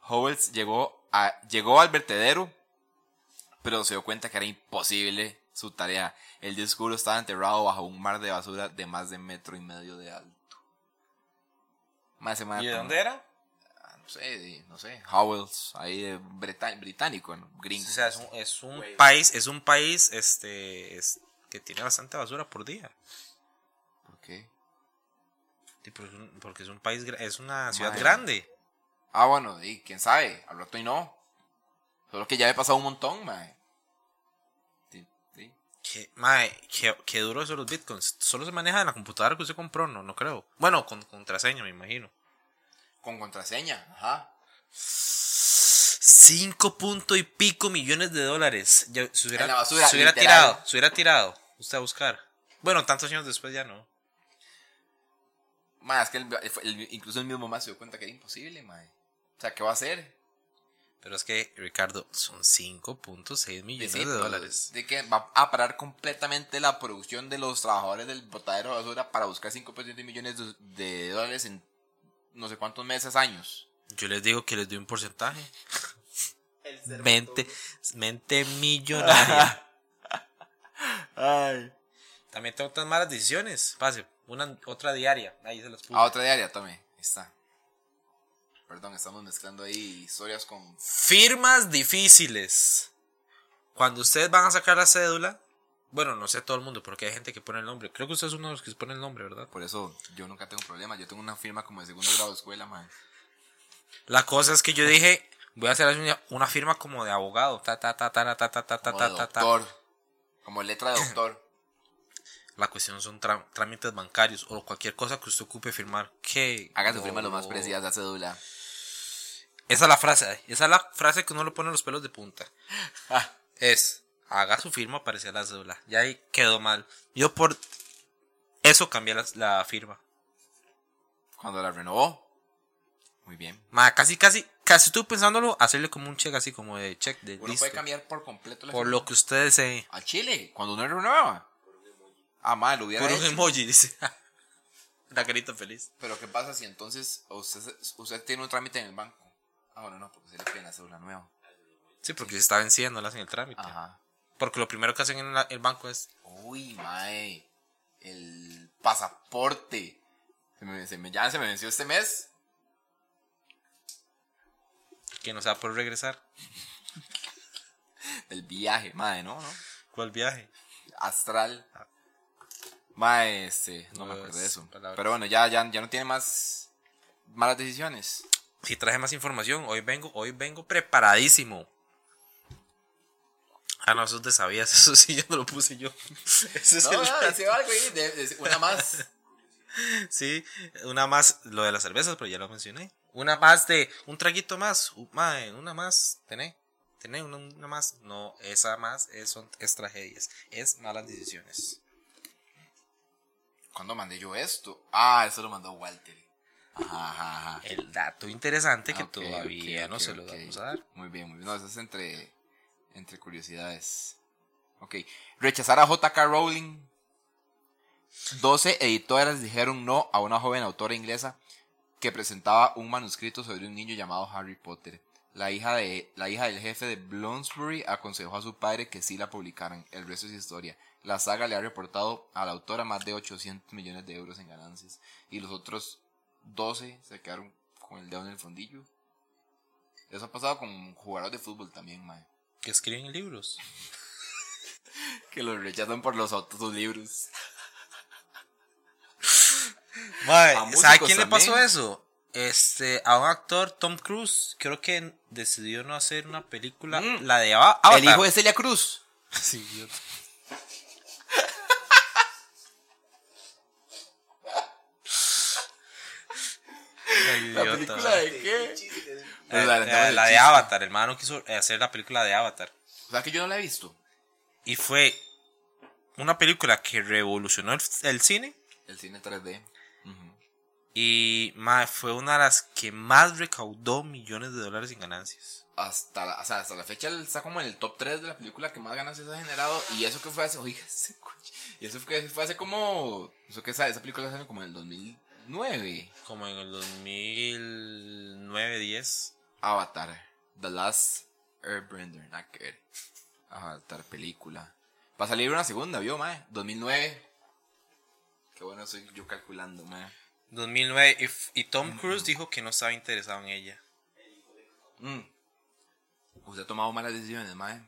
Howells llegó, a- llegó al vertedero, pero se dio cuenta que era imposible su tarea. El disco duro estaba enterrado bajo un mar de basura de más de metro y medio de alto. Más se
¿Y de dónde era?
Ah, No sé, sí, no sé. Howells, ahí de Breta- británico, ¿no?
O
gringo.
sea, es un, es un
Güey.
país, es un país este, es- que tiene bastante basura por día.
¿Por qué?
Sí, pero es un- Porque es un país, gra- es una ciudad
Madre.
grande.
Ah, bueno, y quién sabe, al rato y no. Solo que ya he pasado un montón, mae. Sí, sí.
Qué, mae, qué, qué duro eso de los bitcoins. Solo se maneja en la computadora que usted compró, no, no creo. Bueno, con contraseña, me imagino.
Con contraseña, ajá.
Cinco punto y pico millones de dólares. Ya, se hubiera,
En la basura,
se hubiera
literal.
tirado, se hubiera tirado. Usted a buscar. Bueno, tantos años después ya no.
Mae, es que el- el- el- incluso el mismo más se dio cuenta que era imposible, mae. O sea, ¿qué va a hacer?
Pero es que, Ricardo, son 5.6 millones
Sí,
de
pero
dólares.
De que va a parar completamente la producción de los trabajadores del botadero de basura para buscar 5% de millones de, de dólares en no sé cuántos meses, años.
Yo les digo que les doy un porcentaje. Mente, mente millonaria.
Ay.
También tengo otras malas decisiones. Pase, una, otra diaria. Ahí se las puse.
A Ah, otra diaria, tome. Ahí Está. Perdón, estamos mezclando ahí historias con.
Firmas difíciles. Cuando ustedes van a sacar la cédula, bueno, no sé todo el mundo, porque hay gente que pone el nombre. Creo que usted es uno de los que pone el nombre, ¿verdad?
Por eso yo nunca tengo problema. Yo tengo una firma como de segundo grado de escuela, man.
La cosa es que yo dije, voy a hacer una, una firma como de abogado. Ta, ta, ta, ta, ta, ta, ta, ta,
Como de
ta, ta, ta.
doctor. Como letra de doctor.
La cuestión son tra- trámites bancarios o cualquier cosa que usted ocupe firmar. Que
Haga su firma lo más
no.
parecida a la cédula.
Esa es la frase, ¿eh? esa es la frase que uno le pone los pelos de punta.
Ah,
Es, haga su firma parecida a la cédula. Y ahí quedó mal. Yo por eso cambié la, la firma.
Cuando la renovó. Muy bien.
Ma, casi, casi, casi estuve pensándolo hacerle como un check así como de check de
Uno
listo.
puede cambiar por completo la
Por
firma.
lo que ustedes se...
A Chile, cuando uno renueva. Ah, mal, lo hubiera
Por un
hecho.
emoji, dice. la carita feliz.
Pero ¿qué pasa si entonces usted, usted tiene un trámite en el banco? Ah, bueno, no, porque se le pide la cédula nueva.
Sí, porque se está venciendo, no le hacen el trámite.
Ajá.
Porque lo primero que hacen en la- el banco es...
Uy, mae. El pasaporte. Se me, se me- ya se me venció este mes.
que no se va a poder regresar.
El viaje, mae, ¿no? ¿no?
¿Cuál viaje?
Astral. Mae, este, no me
Nuevas
acuerdo de eso.
palabras.
Pero bueno, ya, ya, ya no tiene más malas decisiones.
Si traje más información, hoy vengo, hoy vengo preparadísimo. Ah, no, eso te sabías, eso sí, yo no lo puse yo. Ese es
No,
el-
no, decía algo ahí, de- de- una más.
Sí, una más, lo de las cervezas, pero ya lo mencioné. Una más de, un traguito más, u- mae, una más, tené, tené una, una más. No, esa más es, son, es tragedias, es malas decisiones.
¿Cuándo mandé yo esto? Ah, eso lo mandó Walter. Ajá, ajá, ajá.
El dato interesante que
Ah, ok,
todavía
ok,
no
ok,
se lo
ok.
vamos a dar.
Muy bien, muy bien. No, eso es entre, entre curiosidades. Ok. Rechazar a JK Rowling. 12 editoras dijeron no a una joven autora inglesa que presentaba un manuscrito sobre un niño llamado Harry Potter. La hija, de, la hija del jefe de Bloomsbury aconsejó a su padre que sí la publicaran. El resto es historia. La saga le ha reportado a la autora más de 800 millones de euros en ganancias. Y los otros 12 se quedaron con el dedo en el fondillo. Eso ha pasado con jugadores de fútbol también, mae.
Que escriben libros.
Que los rechazan por los otros sus libros.
Mae,
A
¿sabe
músicos
quién le pasó
también.
eso? Este, a un actor, Tom Cruise, creo que decidió no hacer una película,
Mm.
la de Ava- Avatar.
El hijo de Celia Cruz.
Sí, idiota. Ay, idiota, mae.
qué?
La, la- la de Avatar, el mano quiso hacer la película de Avatar.
O sea que yo no la he visto.
Y fue una película que revolucionó el- el cine.
El cine 3D. Ujú.
Y mae, fue una de las que más recaudó millones de dólares en ganancias.
Hasta la, o sea, hasta la fecha él está como en el top 3 de la película que más ganancias ha generado. Y eso que fue hace. Oiga, ese coche. Y eso que fue hace como. Eso que esa, esa película salió como en el 2009.
Como en el 2009, 10.
Avatar. The Last Airbender. Nada que ver. Avatar, película. Va a salir una segunda, ¿vio, mae? 2009. Qué bueno soy yo calculando, mae.
2009. Y, f- y Tom Cruise dijo que no estaba interesado en ella.
Mm. Usted ha tomado malas decisiones, mae.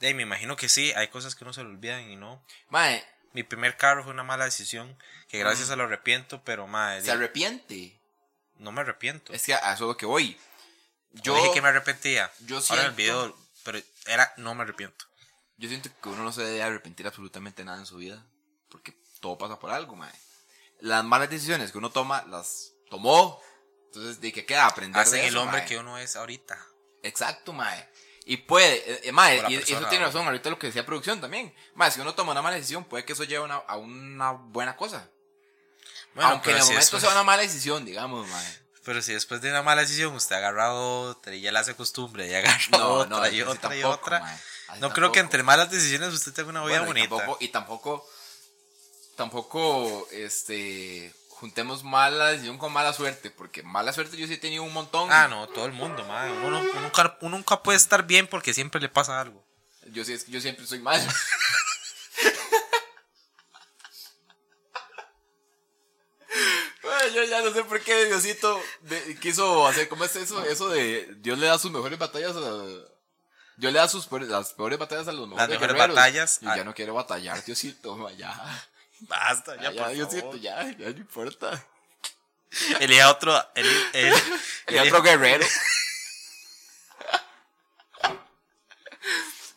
De ahí me imagino que sí, hay cosas que no se le olvidan y no.
Mae,
Mi primer carro fue una mala decisión, que gracias a lo arrepiento, pero madre,
se arrepiente.
no me arrepiento.
Es que a a eso es lo que voy.
Yo
Yo,
dije que me arrepentía.
yo
Ahora el
siento-
video, pero era no me arrepiento.
yo siento que uno no se debe arrepentir absolutamente nada en su vida. Porque todo pasa por algo, mae. Las malas decisiones que uno toma, las tomó. Entonces, ¿de qué queda? Aprender
Hacen
de
el
eso,
hombre
mae.
que uno es ahorita.
Exacto, mae. Y puede, eh, eh, mae,
O la
y y eso
persona,
tiene
¿no?
razón, ahorita lo que decía producción también. Mae, si uno toma una mala decisión, puede que eso lleve a una- a una buena cosa. Aunque en
pero
el
si
momento
después-
sea una mala decisión, digamos, mae.
Pero si después de una mala decisión usted agarra otra y ya la hace costumbre y agarra
No, no,
otra y
así
otra y
tampoco,
otra.
mae. Así
No creo que
tampoco.
entre malas decisiones usted tenga una vida
Bueno,
bonita.
Y tampoco, y tampoco, tampoco, este, juntemos mala decisión con mala suerte, porque mala suerte yo sí he tenido un montón.
Ah, no, todo el mundo, madre. Uno, no- uno nunca, uno nunca puede estar bien porque siempre le pasa algo.
Yo, sí, es que yo siempre soy mal. Ay, Yo ya no sé por qué Diosito de- quiso hacer, ¿cómo es eso? Eso de Dios le da sus mejores batallas a... Dios le da sus peores- las peores batallas a los mejores
mejores
guerreros.
batallas
Y
a-
ya no quiero batallar, Diosito, ya.
Basta,
Ya, ya Diosito, ya, ya no importa.
Elija otro. El, el-
Y otro guerrero.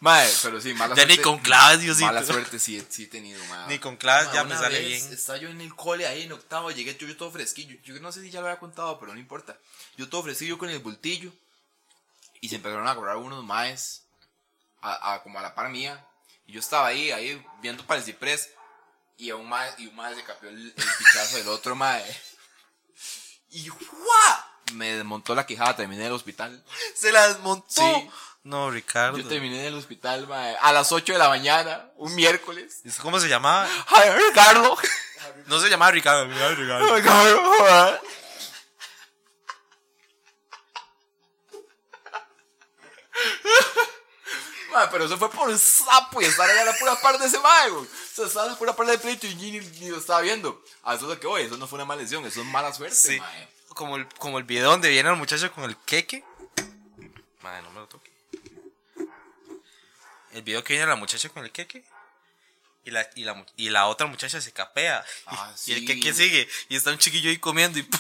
Madre, pero sí, mala
Ya ni
suerte.
con claves, Diosito.
Mala suerte sí, he- sí he tenido, madre.
Ni con claves
Ma,
ya me
Ah, una
sale
vez
bien.
Estaba yo en el cole ahí en octavo, llegué yo, yo todo fresquillo. Yo no sé si ya lo había contado, pero no importa. Yo todo fresquillo con el bultillo. Y se empezaron a cobrar unos maes, a, a- como a la par mía. Y yo estaba ahí, ahí viendo para el ciprés. Y a un mae, y un mae se capió el, el pichazo del otro mae. Y ¡guau! Me desmontó la quijada, terminé en el hospital.
Se la desmontó.
Sí.
No, Ricardo.
Yo terminé en el hospital, mae, a las 8 de la mañana, un miércoles.
¿Eso ¿Cómo se llamaba?
¡Ay, Ricardo!
No se llamaba Ricardo. se llamaba Ricardo.
Ay, cabrón, joder. Mae, Ah, pero eso fue por sapo y estar allá en la pura parte de ese mae, güey. O sea, estaba en la pura parte del pleito y ni, ni- ni lo estaba viendo. A eso es lo que voy, eso no fue una mala lesión, eso es mala suerte,
Sí.
mae.
Como el, como el video donde viene el muchacho con el queque. Madre, no me lo toque. El video que viene la muchacha con el queque. Y la, y la, mu- y la otra muchacha se capea.
Ah,
y,
sí.
el queque sigue. Y está un chiquillo ahí comiendo. Y ¡pum!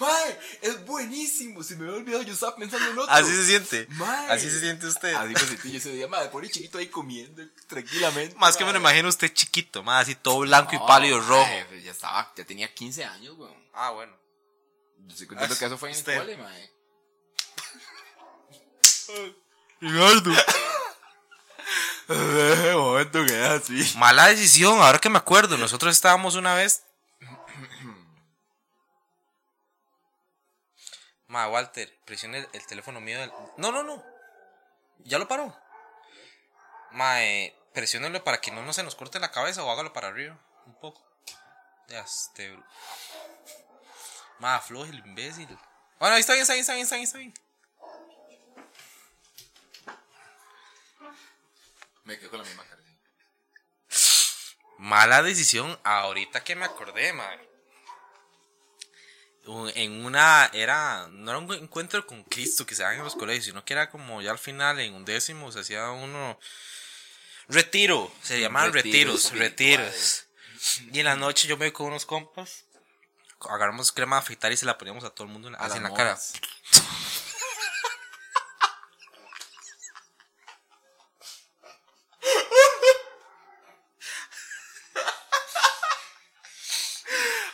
Mae, es buenísimo, si me había olvidado yo estaba pensando en otro.
así se siente.
Mae.
Así se siente usted.
Así me sentí yo ese día, mae, pobre chiquito ahí comiendo tranquilamente.
Más que
mae.
me lo imagino usted chiquito, más así todo blanco
No,
y pálido
mae,
rojo.
pues ya estaba, ya tenía 15 años, güey.
Ah, bueno.
Yo estoy contando que eso fue en
Usted.
el cole, mae.
Ricardo.
momento que es así.
Mala decisión, ahora que me acuerdo, nosotros estábamos una vez. Ma, Walter, presione el, el teléfono mío. del- No, no, no. Ya lo paró. Ma, eh, presiónelo para que no, no se nos corte la cabeza o hágalo para arriba. Un poco. Ya, este. bro. Ma, afloje el imbécil. Bueno, ahí está bien, está bien, está bien, está bien, está bien.
Me quedo con la misma cara.
Mala decisión ahorita que me acordé, madre. Un- En una era, no era un encuentro con Cristo que se daban en los colegios, sino que era como ya al final, en un décimo, se hacía uno retiro, se llamaban
Retiros
retiros, retiros. Y en la noche yo me voy con unos compas, agarramos crema de afeitar y se la poníamos a todo el mundo en la,
A
así en
las
Ah, la cara.
monas.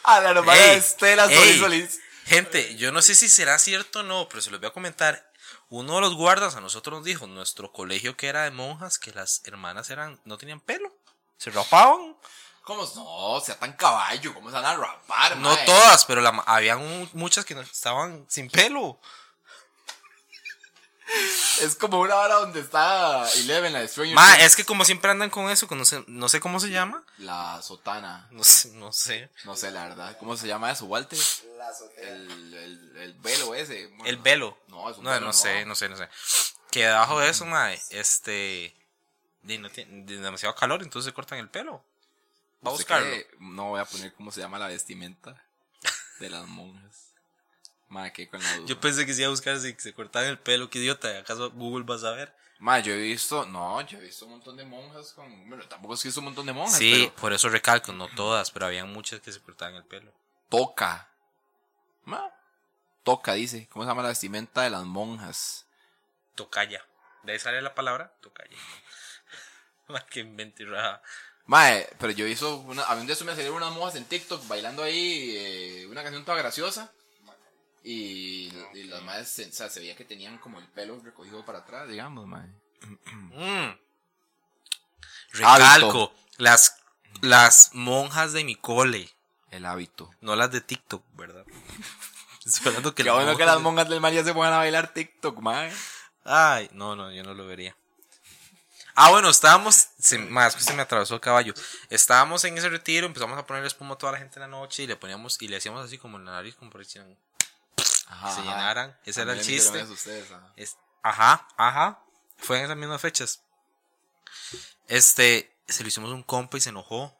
A la hermana
Ey,
Estela
ey,
este, Solís Solís.
Gente, yo no sé si será cierto o no, pero se los voy a comentar. Uno de los guardas a nosotros nos dijo, nuestro colegio que era de monjas, que las hermanas eran, no tenían pelo, se rapaban.
¿Cómo no? Sea tan caballo, ¿cómo se van a rapar,
No
mae?
todas, pero la, ma- había un- muchas que no- estaban sin pelo.
Es como una hora donde está Eleven, la de Stranger
Ma,
Things.
es que como siempre andan con eso, que no sé, no sé cómo se llama.
La sotana.
No sé, no sé.
No sé, la verdad. ¿Cómo se llama eso, Walter? El, el, el velo ese. bueno.
El velo.
No, es un
No,
velo,
no sé, no sé, no sé. Que debajo de eso, ma, este... de no tiene- de demasiado calor, entonces se cortan el pelo. Va a
Usted
buscarlo.
cree- No voy a poner cómo se llama la vestimenta. de las monjas. Madre, qué con la duda.
Yo pensé que se iba a buscar si se cortaban el pelo, qué idiota. ¿Acaso Google va a saber?
Madre, yo he visto, no, yo he visto un montón de monjas con, bueno, tampoco es que hizo un montón de monjas,
Sí,
Ah, pero
por eso recalco, no todas, pero habían muchas que se cortaban el pelo.
toca. Ma, toca, dice. ¿Cómo se llama la vestimenta de las monjas?
Tocaya. De ahí sale la palabra tocaya. Más que ah. inventirá.
Madre, pero yo hizo una, a mí un día se me salieron unas monjas en TikTok bailando ahí eh, una canción toda graciosa. Y, y las madres, se- o sea, se veía que tenían como el pelo recogido para atrás, digamos, madre.
Mm. Recalco, las, las monjas de mi cole,
El hábito.
no las de TikTok, ¿verdad? Estoy hablando que
Qué
las
bueno que las
monjas
monjas del mar ya se pongan a bailar TikTok, madre.
de- Ay, no, no, yo no lo vería. Ah, bueno, estábamos. se- más que se me atravesó el caballo. Estábamos en ese retiro, empezamos a poner espuma a toda la gente en la noche y le poníamos y le hacíamos así como en la nariz, como para que se-
Ajá, ajá.
se llenaran. Ese era el
También me hicieron
chiste.
eso ustedes, ajá.
Es- ajá, ajá. Fue en esas mismas fechas. Este, se lo hicimos a un compa y se enojó.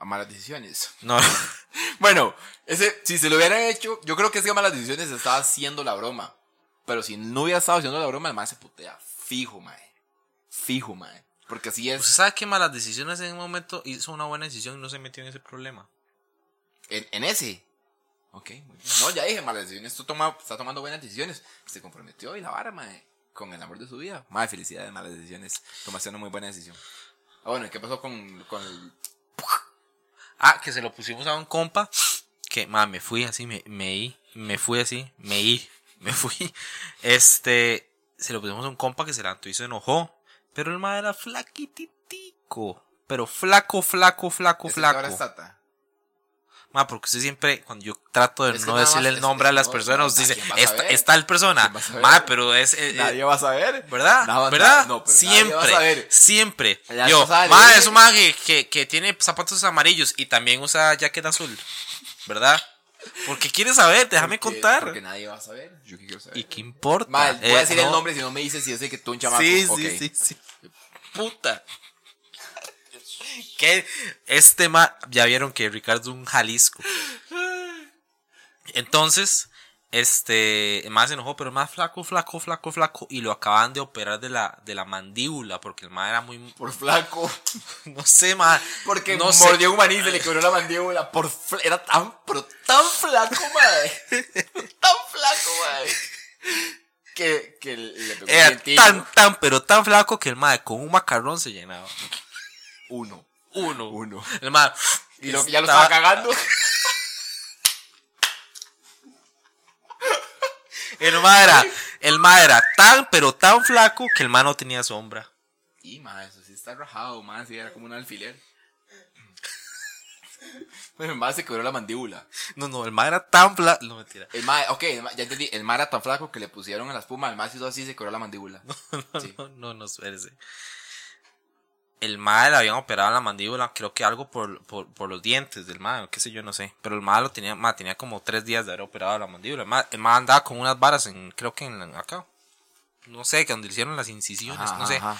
A malas decisiones.
No,
Bueno, ese, si se lo hubieran hecho, yo creo que ese a malas decisiones estaba haciendo la broma. Pero si no hubiera estado haciendo la broma, el mae se putea. Fijo, mae. Fijo, mae. Porque así es.
usted sabe que malas decisiones en un momento hizo una buena decisión y no se metió en ese problema.
En, en ese. Ok, muy bien. No, ya dije, malas decisiones. Tú toma, está tomando buenas decisiones. Se comprometió y la vara, mae. Con el amor de su vida. Mae, felicidades, malas decisiones. Tomaste una muy buena decisión. Ah, bueno, ¿y qué pasó con, con el.
Ah, que se lo pusimos a un compa. Que, ma, me fui así, me, me i- me fui así, me i- me fui. Este, se lo pusimos a un compa que se levantó y se enojó. Pero el ma era flaquititico. Pero flaco, flaco, flaco,
ese que
flaco.
Ahora es Tata?
Ma, porque usted siempre, cuando yo trato de
Es que
no
nada más
decirle el
es-
nombre a
es-
las
no,
personas,
no,
usted dice,
¿quién va a
esta,
saber?
esta es el persona.
¿Quién va a saber?
Ma, pero es. eh, eh,
Nadie va a saber.
¿Verdad?
Nada,
¿Verdad?
no, pero nadie
siempre.
va a saber.
Siempre.
Ya
Yo,
se sabe.
ma, es un ma que, que, que tiene zapatos amarillos y también usa jaqueta azul. ¿Verdad? Porque quiere saber, déjame
Porque-
contar.
Porque nadie va a saber. Yo qué quiero saber.
¿Y qué importa?
Mal, voy
Eh,
a decir
no.
el nombre si no me dices si es de que tú un chamaco.
Sí,
Ok.
sí, sí, sí. Puta. Que este ma, ya vieron que Ricardo es un Jalisco. Entonces, este, más se enojó, pero más flaco, flaco, flaco, flaco. Y lo acaban de operar de la, de la mandíbula, porque el ma era muy,
Por flaco.
no sé, ma.
Porque
no sé.
mordió un maní y se le quebró la mandíbula. Por fl- era tan, pero tan flaco, madre. tan flaco, madre. Que, que le pegó un
Era
dientito.
tan, tan, pero tan flaco que el ma con un macarrón se llenaba.
Uno.
Uno.
Uno.
El ma.
Y lo, ya lo estaba cagando.
El ma era, el ma era tan, pero tan flaco que el ma no tenía sombra.
Y, madre, eso sí está rajado, madre. Sí, era como un alfiler. Bueno, el madre se quebró la mandíbula.
No, no, el ma era tan flaco. No, mentira.
El madre, ok, el mae- ya entendí. El madre era tan flaco que le pusieron en la espuma. El madre hizo así y se quebró la mandíbula.
No,
Sí.
no, no, no, espérese. El ma le habían operado en la mandíbula, creo que algo por, por, por los dientes del ma, qué sé yo, no sé. Pero el ma lo tenía, ma, tenía como tres días de haber operado la mandíbula. El ma, el ma andaba con unas varas en, creo que en la- acá. No sé, que donde le hicieron las incisiones,
Ajá,
no sé.
ajá.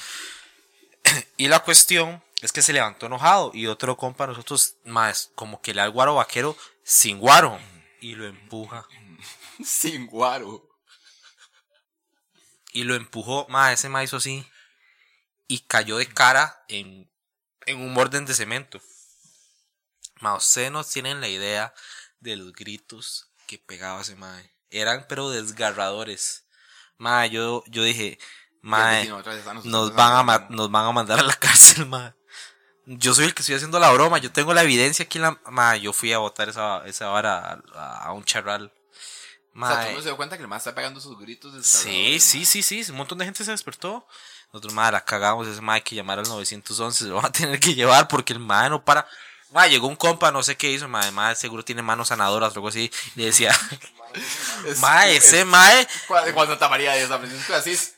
Y la cuestión es que se levantó enojado y otro compa nosotros más como que le da el guaro vaquero sin guaro y lo empuja.
Sin guaro.
Y lo empujó, más ese ma hizo así y cayó de cara en, en un orden de cemento. Ma, ustedes no tienen la idea de los gritos que pegaba ese mae. Eran pero desgarradores. Ma, yo, yo dije, mae, nos van, a ma- nos van a mandar a la cárcel, ma. Yo soy el que estoy haciendo la broma, yo tengo la evidencia aquí en la... Ma, yo fui a botar esa, esa vara a, a- a un charral.
O
Ma,
sea, tú no se dio cuenta que el más está pegando sus gritos.
sí, sí, sí, sí, un montón de gente se despertó. Nosotros, ma, la cagamos, ese ma hay que llamar al 911, lo van a tener que llevar porque el ma no para... Ma, llegó un compa, no sé qué hizo, ma, además seguro tiene manos sanadoras o algo así. Le decía, ma, ese mae...
Cuando, Santa María de San Francisco de Asís.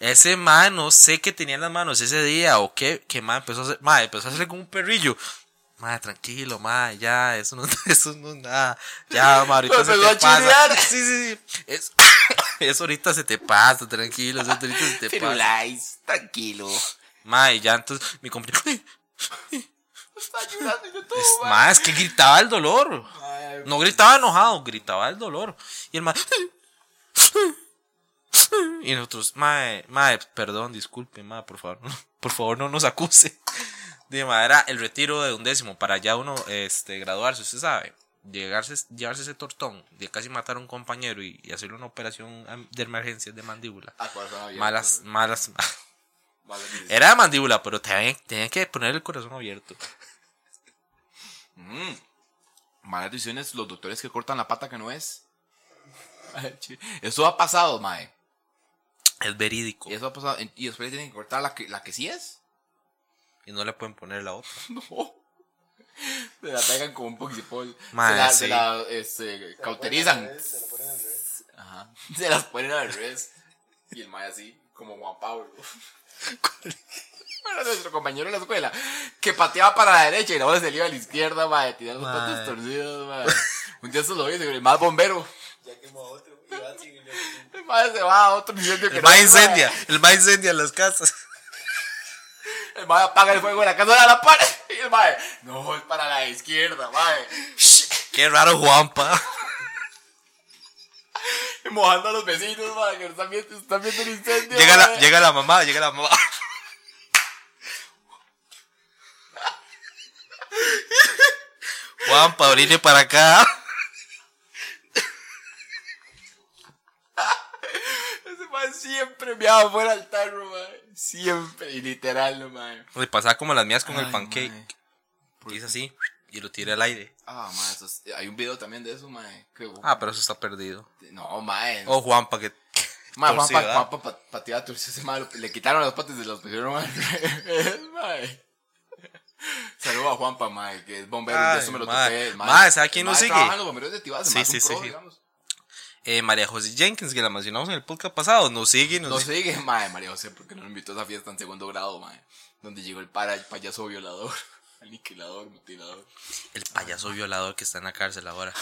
Ese man, no sé qué tenía en las manos ese día o qué, que man empezó a hacer, ma, empezó a hacerle como un perrillo. Ma, tranquilo, ma, ya, eso no, eso no es nada. Ya, ma, ahorita
Lo
se
empezó
te
a
pasa.
chinear.
Sí, sí, sí. Es- eso ahorita se te pasa, tranquilo, eso ahorita se te pasa.
Firulais, tranquilo.
Ma, y ya entonces mi compañero.
Está llorando y yo todo,
Es-
mae.
mae, es que gritaba el dolor.
Mae,
No gritaba enojado, gritaba el dolor. Y el mae. Y nosotros, mae, mae, perdón, disculpe, mae, por favor, no- por favor no nos acuse. De madera, el retiro de un décimo para ya uno este, graduarse, usted sabe. Llegarse, llevarse ese tortón de casi matar a un compañero y, y hacerle una operación am- de emergencia de mandíbula.
Ah, corazón abierto.
Malas, malas.
Malas decisiones.
Era de mandíbula, pero tenían tenían que poner el corazón abierto.
Mm. Malas decisiones los doctores que cortan la pata que no es. Ay, chi- Eso ha pasado, mae.
Es verídico.
Eso ha pasado. en- Y después tienen que cortar la que, la que sí es.
Y no le pueden poner la otra.
No. Se la pegan con un poxipol.
Mae,
se la,
sí.
se la, este, cauterizan.
Se lo ponen al revés.
Ajá. Se las ponen al revés. Y el mae así, como Juan Pablo. Bueno, nuestro compañero en la escuela, que pateaba para la derecha y la bola se le iba a la izquierda, mae, tirando los
Mae.
patos torcidos, mae. Un día se lo hice, el más bombero.
Ya quemó a otro. Y va a seguir yo.
El mae se va a otro incendio que
El
no
más
es, mae.
incendia, el más incendia las casas.
El mae apaga el fuego de la casa de la pared. Y el mae, no, es para la izquierda, mae.
Qué raro Juanpa.
Mojando a los vecinos, mae, que están viendo, están viendo el incendio.
Llega la,
mae.
llega la mamá, llega la mamá. Juanpa, orine para acá.
Ese mae siempre meaba fuera del tarro, mae. Siempre, y literal, mae.
Le pasaba como las mías con el
Ay,
pancake.
mae.
Y es así, y lo tiré al aire.
Ah, mae, eso es- hay un video también de eso, mae. que-
Ah, Oh, pero eso está perdido.
No, mae.
O Juanpa que.
Mae, Juan
torcido,
pa-
¿verdad?
Juan pa- pa- pateaba torcido ese mae, lo- Le quitaron las patas y los pusieron al revés, mae. Saludos a Juanpa, mae, que es bombero,
Ay,
yo eso me lo
mae.
topé. el
Mae, ¿sabe quién
el mae
nos sigue?
trabaja en los bomberos de Tibás, el
Sí,
mae es un
sí, sí,
pro,
sí.
digamos.
Eh, María José Jenkins, que la mencionamos en el podcast pasado, nos sigue, nos
No
sigue.
sigue, mae, María José, porque no lo invitó a esa fiesta en segundo grado, mae. Donde llegó el, para, el payaso violador, aniquilador, mutilador.
El payaso violador que está en la cárcel ahora.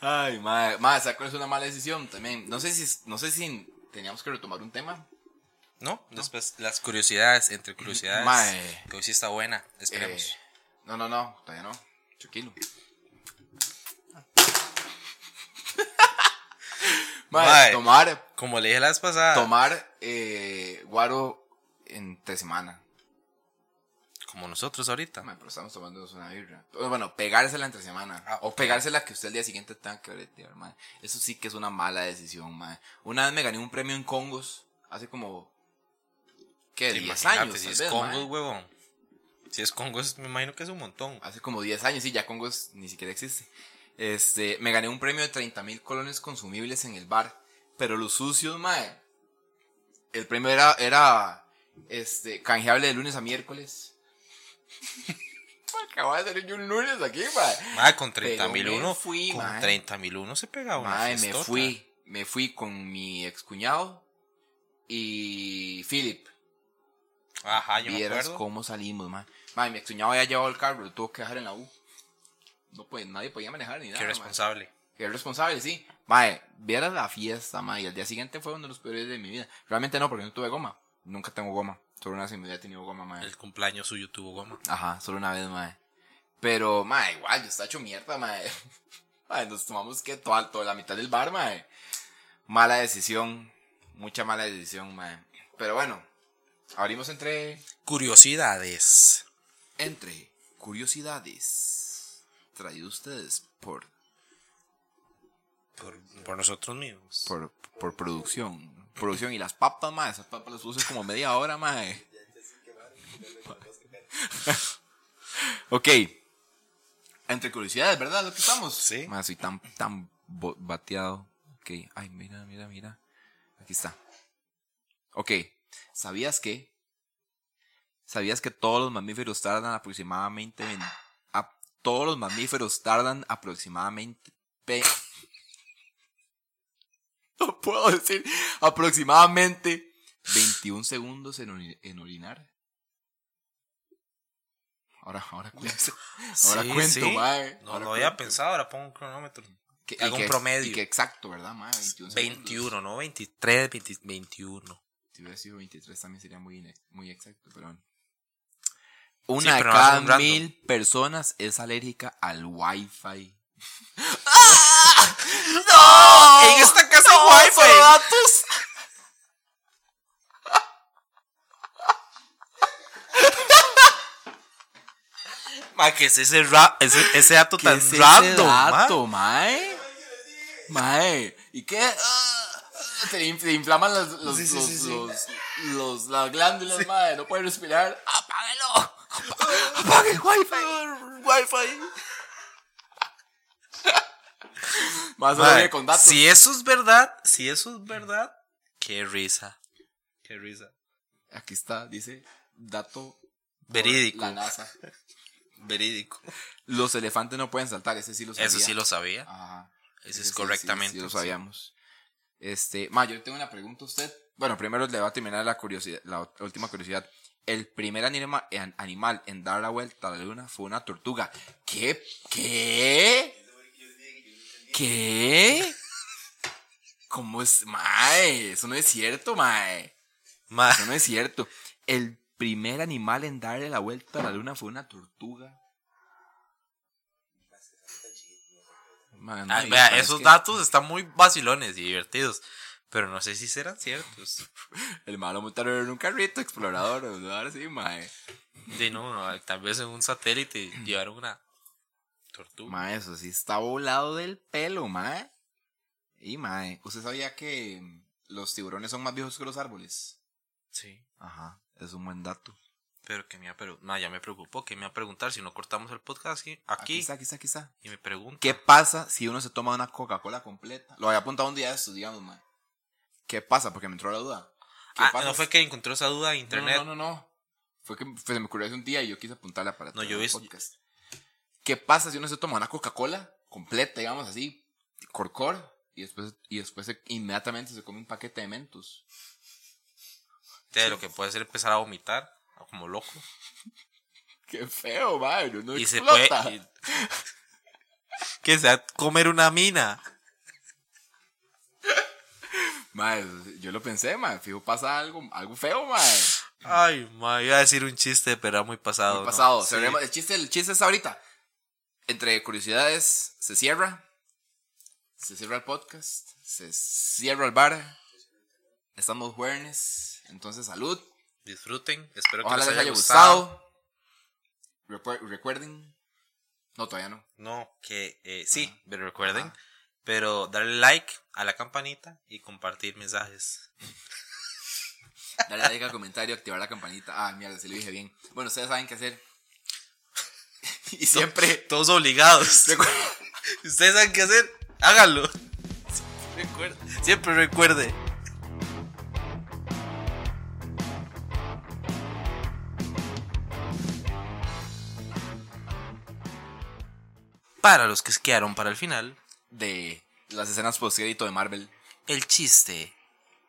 Ay, mae, mae, ¿sabes cuál es una mala decisión también? No sé si, no sé si teníamos que retomar un tema.
¿No? Después, las curiosidades, entre curiosidades.
Mae.
Que hoy sí está buena, esperemos.
Eh, no, no, no, todavía no. Tranquilo. Mae,
Mae.
tomar,
Como le dije la vez pasada,
tomar eh, guaro entre semana.
como nosotros ahorita.
Mae, Ah, pero estamos tomándonos una birra. O, Bueno, pegársela entre semana.
Ah,
O pegársela que usted al día siguiente tenga que bretear, mae. Eso sí que es una mala decisión, mae. Una vez me gané un premio en Congos. Hace como. ¿Qué? 10
Imagínate,
años.
si
tal
es
vez,
Congo,
mae.
huevón. Si es Congo, es- me imagino que es un montón.
Hace como 10 años, sí, ya Congos ni siquiera existe. Este, me gané un premio de 30 mil colones consumibles en el bar. Pero los sucios, mae. El premio era, era este, canjeable de lunes a miércoles. Acababa de salir yo un lunes aquí, mae.
Mae, con 30 mil
Pero me
uno.
fui,
con
mae.
30 mil uno se pegaba una
Mae, me
fiestota.
fui. Me fui con mi excuñado y Philip.
Ajá, Ah, yo me
Vieras
acuerdo.
cómo salimos, mae. Mae, mi excuñado había llevado el carro, lo tuvo que dejar en la U. No, pues nadie podía manejar ni nada.
Qué
mae.
responsable.
Qué responsable, sí. Mae, vieras la fiesta, mae. Y el día siguiente fue uno de los peores de mi vida. Realmente no, porque no tuve goma. Nunca tengo goma. Solo una vez en mi vida he tenido goma, mae.
El cumpleaños suyo tuvo goma.
Ajá, solo una vez, mae. Pero, mae, igual, yo estaba hecho mierda, mae. Mae, nos tomamos que toda, toda la mitad del bar, mae. Mala decisión. Mucha mala decisión, mae. Pero bueno, abrimos entre.
Curiosidades.
Entre curiosidades. Traído ustedes por.
Por, por nosotros mismos.
por, por producción. Producción y las papas, mae. Esas papas las puse como media hora, mae. ok. Entre curiosidades, ¿verdad? Lo que estamos.
Sí.
Mae, soy tan, tan bo- bateado. Ok. Ay, mira, mira, mira. Aquí está. Ok. ¿Sabías que? ¿Sabías que todos los mamíferos tardan aproximadamente... vein- a- todos los mamíferos tardan aproximadamente... pe- no puedo decir aproximadamente 21 segundos en, ori- en orinar. Ahora, ahora cuento. Ahora
Sí,
cuento,
sí.
mae.
No
Ahora
lo había
cuento.
pensado, ahora pongo un cronómetro.
Que- y
Hago un
que-
promedio.
Y que exacto, ¿verdad, mae? 21 segundos.
21, no 23, 20 21.
Si hubiera sido 23 también sería muy, ine- muy exacto, pero bueno. Una de
pero va a ser
cada
un random.
mil personas es alérgica al wifi. ¡Ah!
En esta casa hay
¡No,
wifi!
solo datos!
Ma, que es ese, ra- ese, ese dato
¿Qué
tan
es ese
random, ma?
dato, mae? Mae, ¿y qué? Ah, Te, in- te inflaman los, los,
Sí, sí,
los,
sí, sí.
los- los- las glándulas, mae, no puedes respirar. ¡Apágalo! ¡Apague el wifi! ¡Wifi! Más
Mae,
a con datos.
Si eso es verdad, si eso es verdad, qué risa. Qué risa.
Aquí está, dice dato por
Verídico.
La NASA.
Verídico.
Los elefantes no pueden saltar, ese sí lo sabía.
Eso sí lo sabía.
Ajá.
Eso
Ese
es
sí,
correctamente.
sí, sí lo sabíamos. Este, ma, yo tengo una pregunta a usted. Bueno, primero le voy a terminar la curiosidad, la ot- última curiosidad. El primer anima- an- animal en dar la vuelta a la luna fue una tortuga. ¿Qué? ¿Qué? ¿Qué? ¿Cómo es? Mae, eso no es cierto, mae.
Ma,
Eso no es cierto. El primer animal en darle la vuelta a la luna fue una tortuga. Mae, no
ah,
digas,
vea,
mae, es
esos
que-
datos están muy vacilones y divertidos. Pero no sé si serán ciertos.
El malo montaron en un carrito explorador, o sea, ahora sí, mae.
De no, tal vez en un satélite llevaron una tortuga.
Mae, eso sí está volado del pelo, mae. Y mae, ¿usted sabía que los tiburones son más viejos que los árboles?
Sí.
Ajá, es un buen dato.
Pero que me ha preguntado. ya me preocupó. Que me va a preguntar si no cortamos el podcast aquí. aquí,
está, aquí está, aquí está.
y me pregunta.
¿Qué pasa si uno se toma una Coca-Cola completa? Lo había apuntado un día de estos, digamos, mae. ¿Qué pasa? Porque me entró la duda. ¿Qué
Ah,
pasa
no fue
si-
que encontró esa duda en
No,
internet.
No, no, no, no. Fue que fue- se me ocurrió hace un día y yo quise apuntarla para
No,
traer
yo
al
es-
podcast. ¿Qué pasa si uno se toma una Coca-Cola completa, digamos así, corcor, y después, y después se- inmediatamente se come un paquete de mentos?
De lo que puede ser empezar a vomitar. Como loco.
¡Qué feo, madre! Uno
y se puede.
explota.
y- que sea comer una mina.
Madre, yo lo pensé, madre. Fijo, pasa algo, algo feo, madre.
Ay, ma, iba a decir un chiste, pero era muy pasado.
Muy
¿no?
pasado.
Sí.
Cerremos- El, chiste, el chiste es ahorita. Entre curiosidades, se cierra. Se cierra el podcast. Se cierra el bar. Estamos jueves. Entonces, salud.
Disfruten, espero que
Ojalá
les
les haya
gustado.
gustado. Recuer- recuerden. No, todavía no.
No, que eh, sí, pero recuerden. Pero darle like a la campanita y compartir mensajes.
Dale like al comentario, activar la campanita. Ah, mierda, se lo dije bien. Bueno, ustedes saben qué hacer. y siempre.
Todos obligados.
recuerden-
Ustedes saben qué hacer, háganlo. Recuerde- Siempre recuerde. Para los que se quedaron para el final,
de las escenas postcrédito de Marvel.
el chiste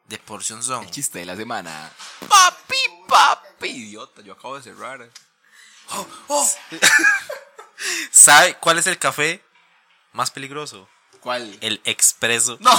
de Porción Zone.
El chiste de la semana. Papi, papi, idiota, yo acabo de cerrar. Oh,
¿Sabe cuál es el café más peligroso?
¿Cuál?
El expreso.
No.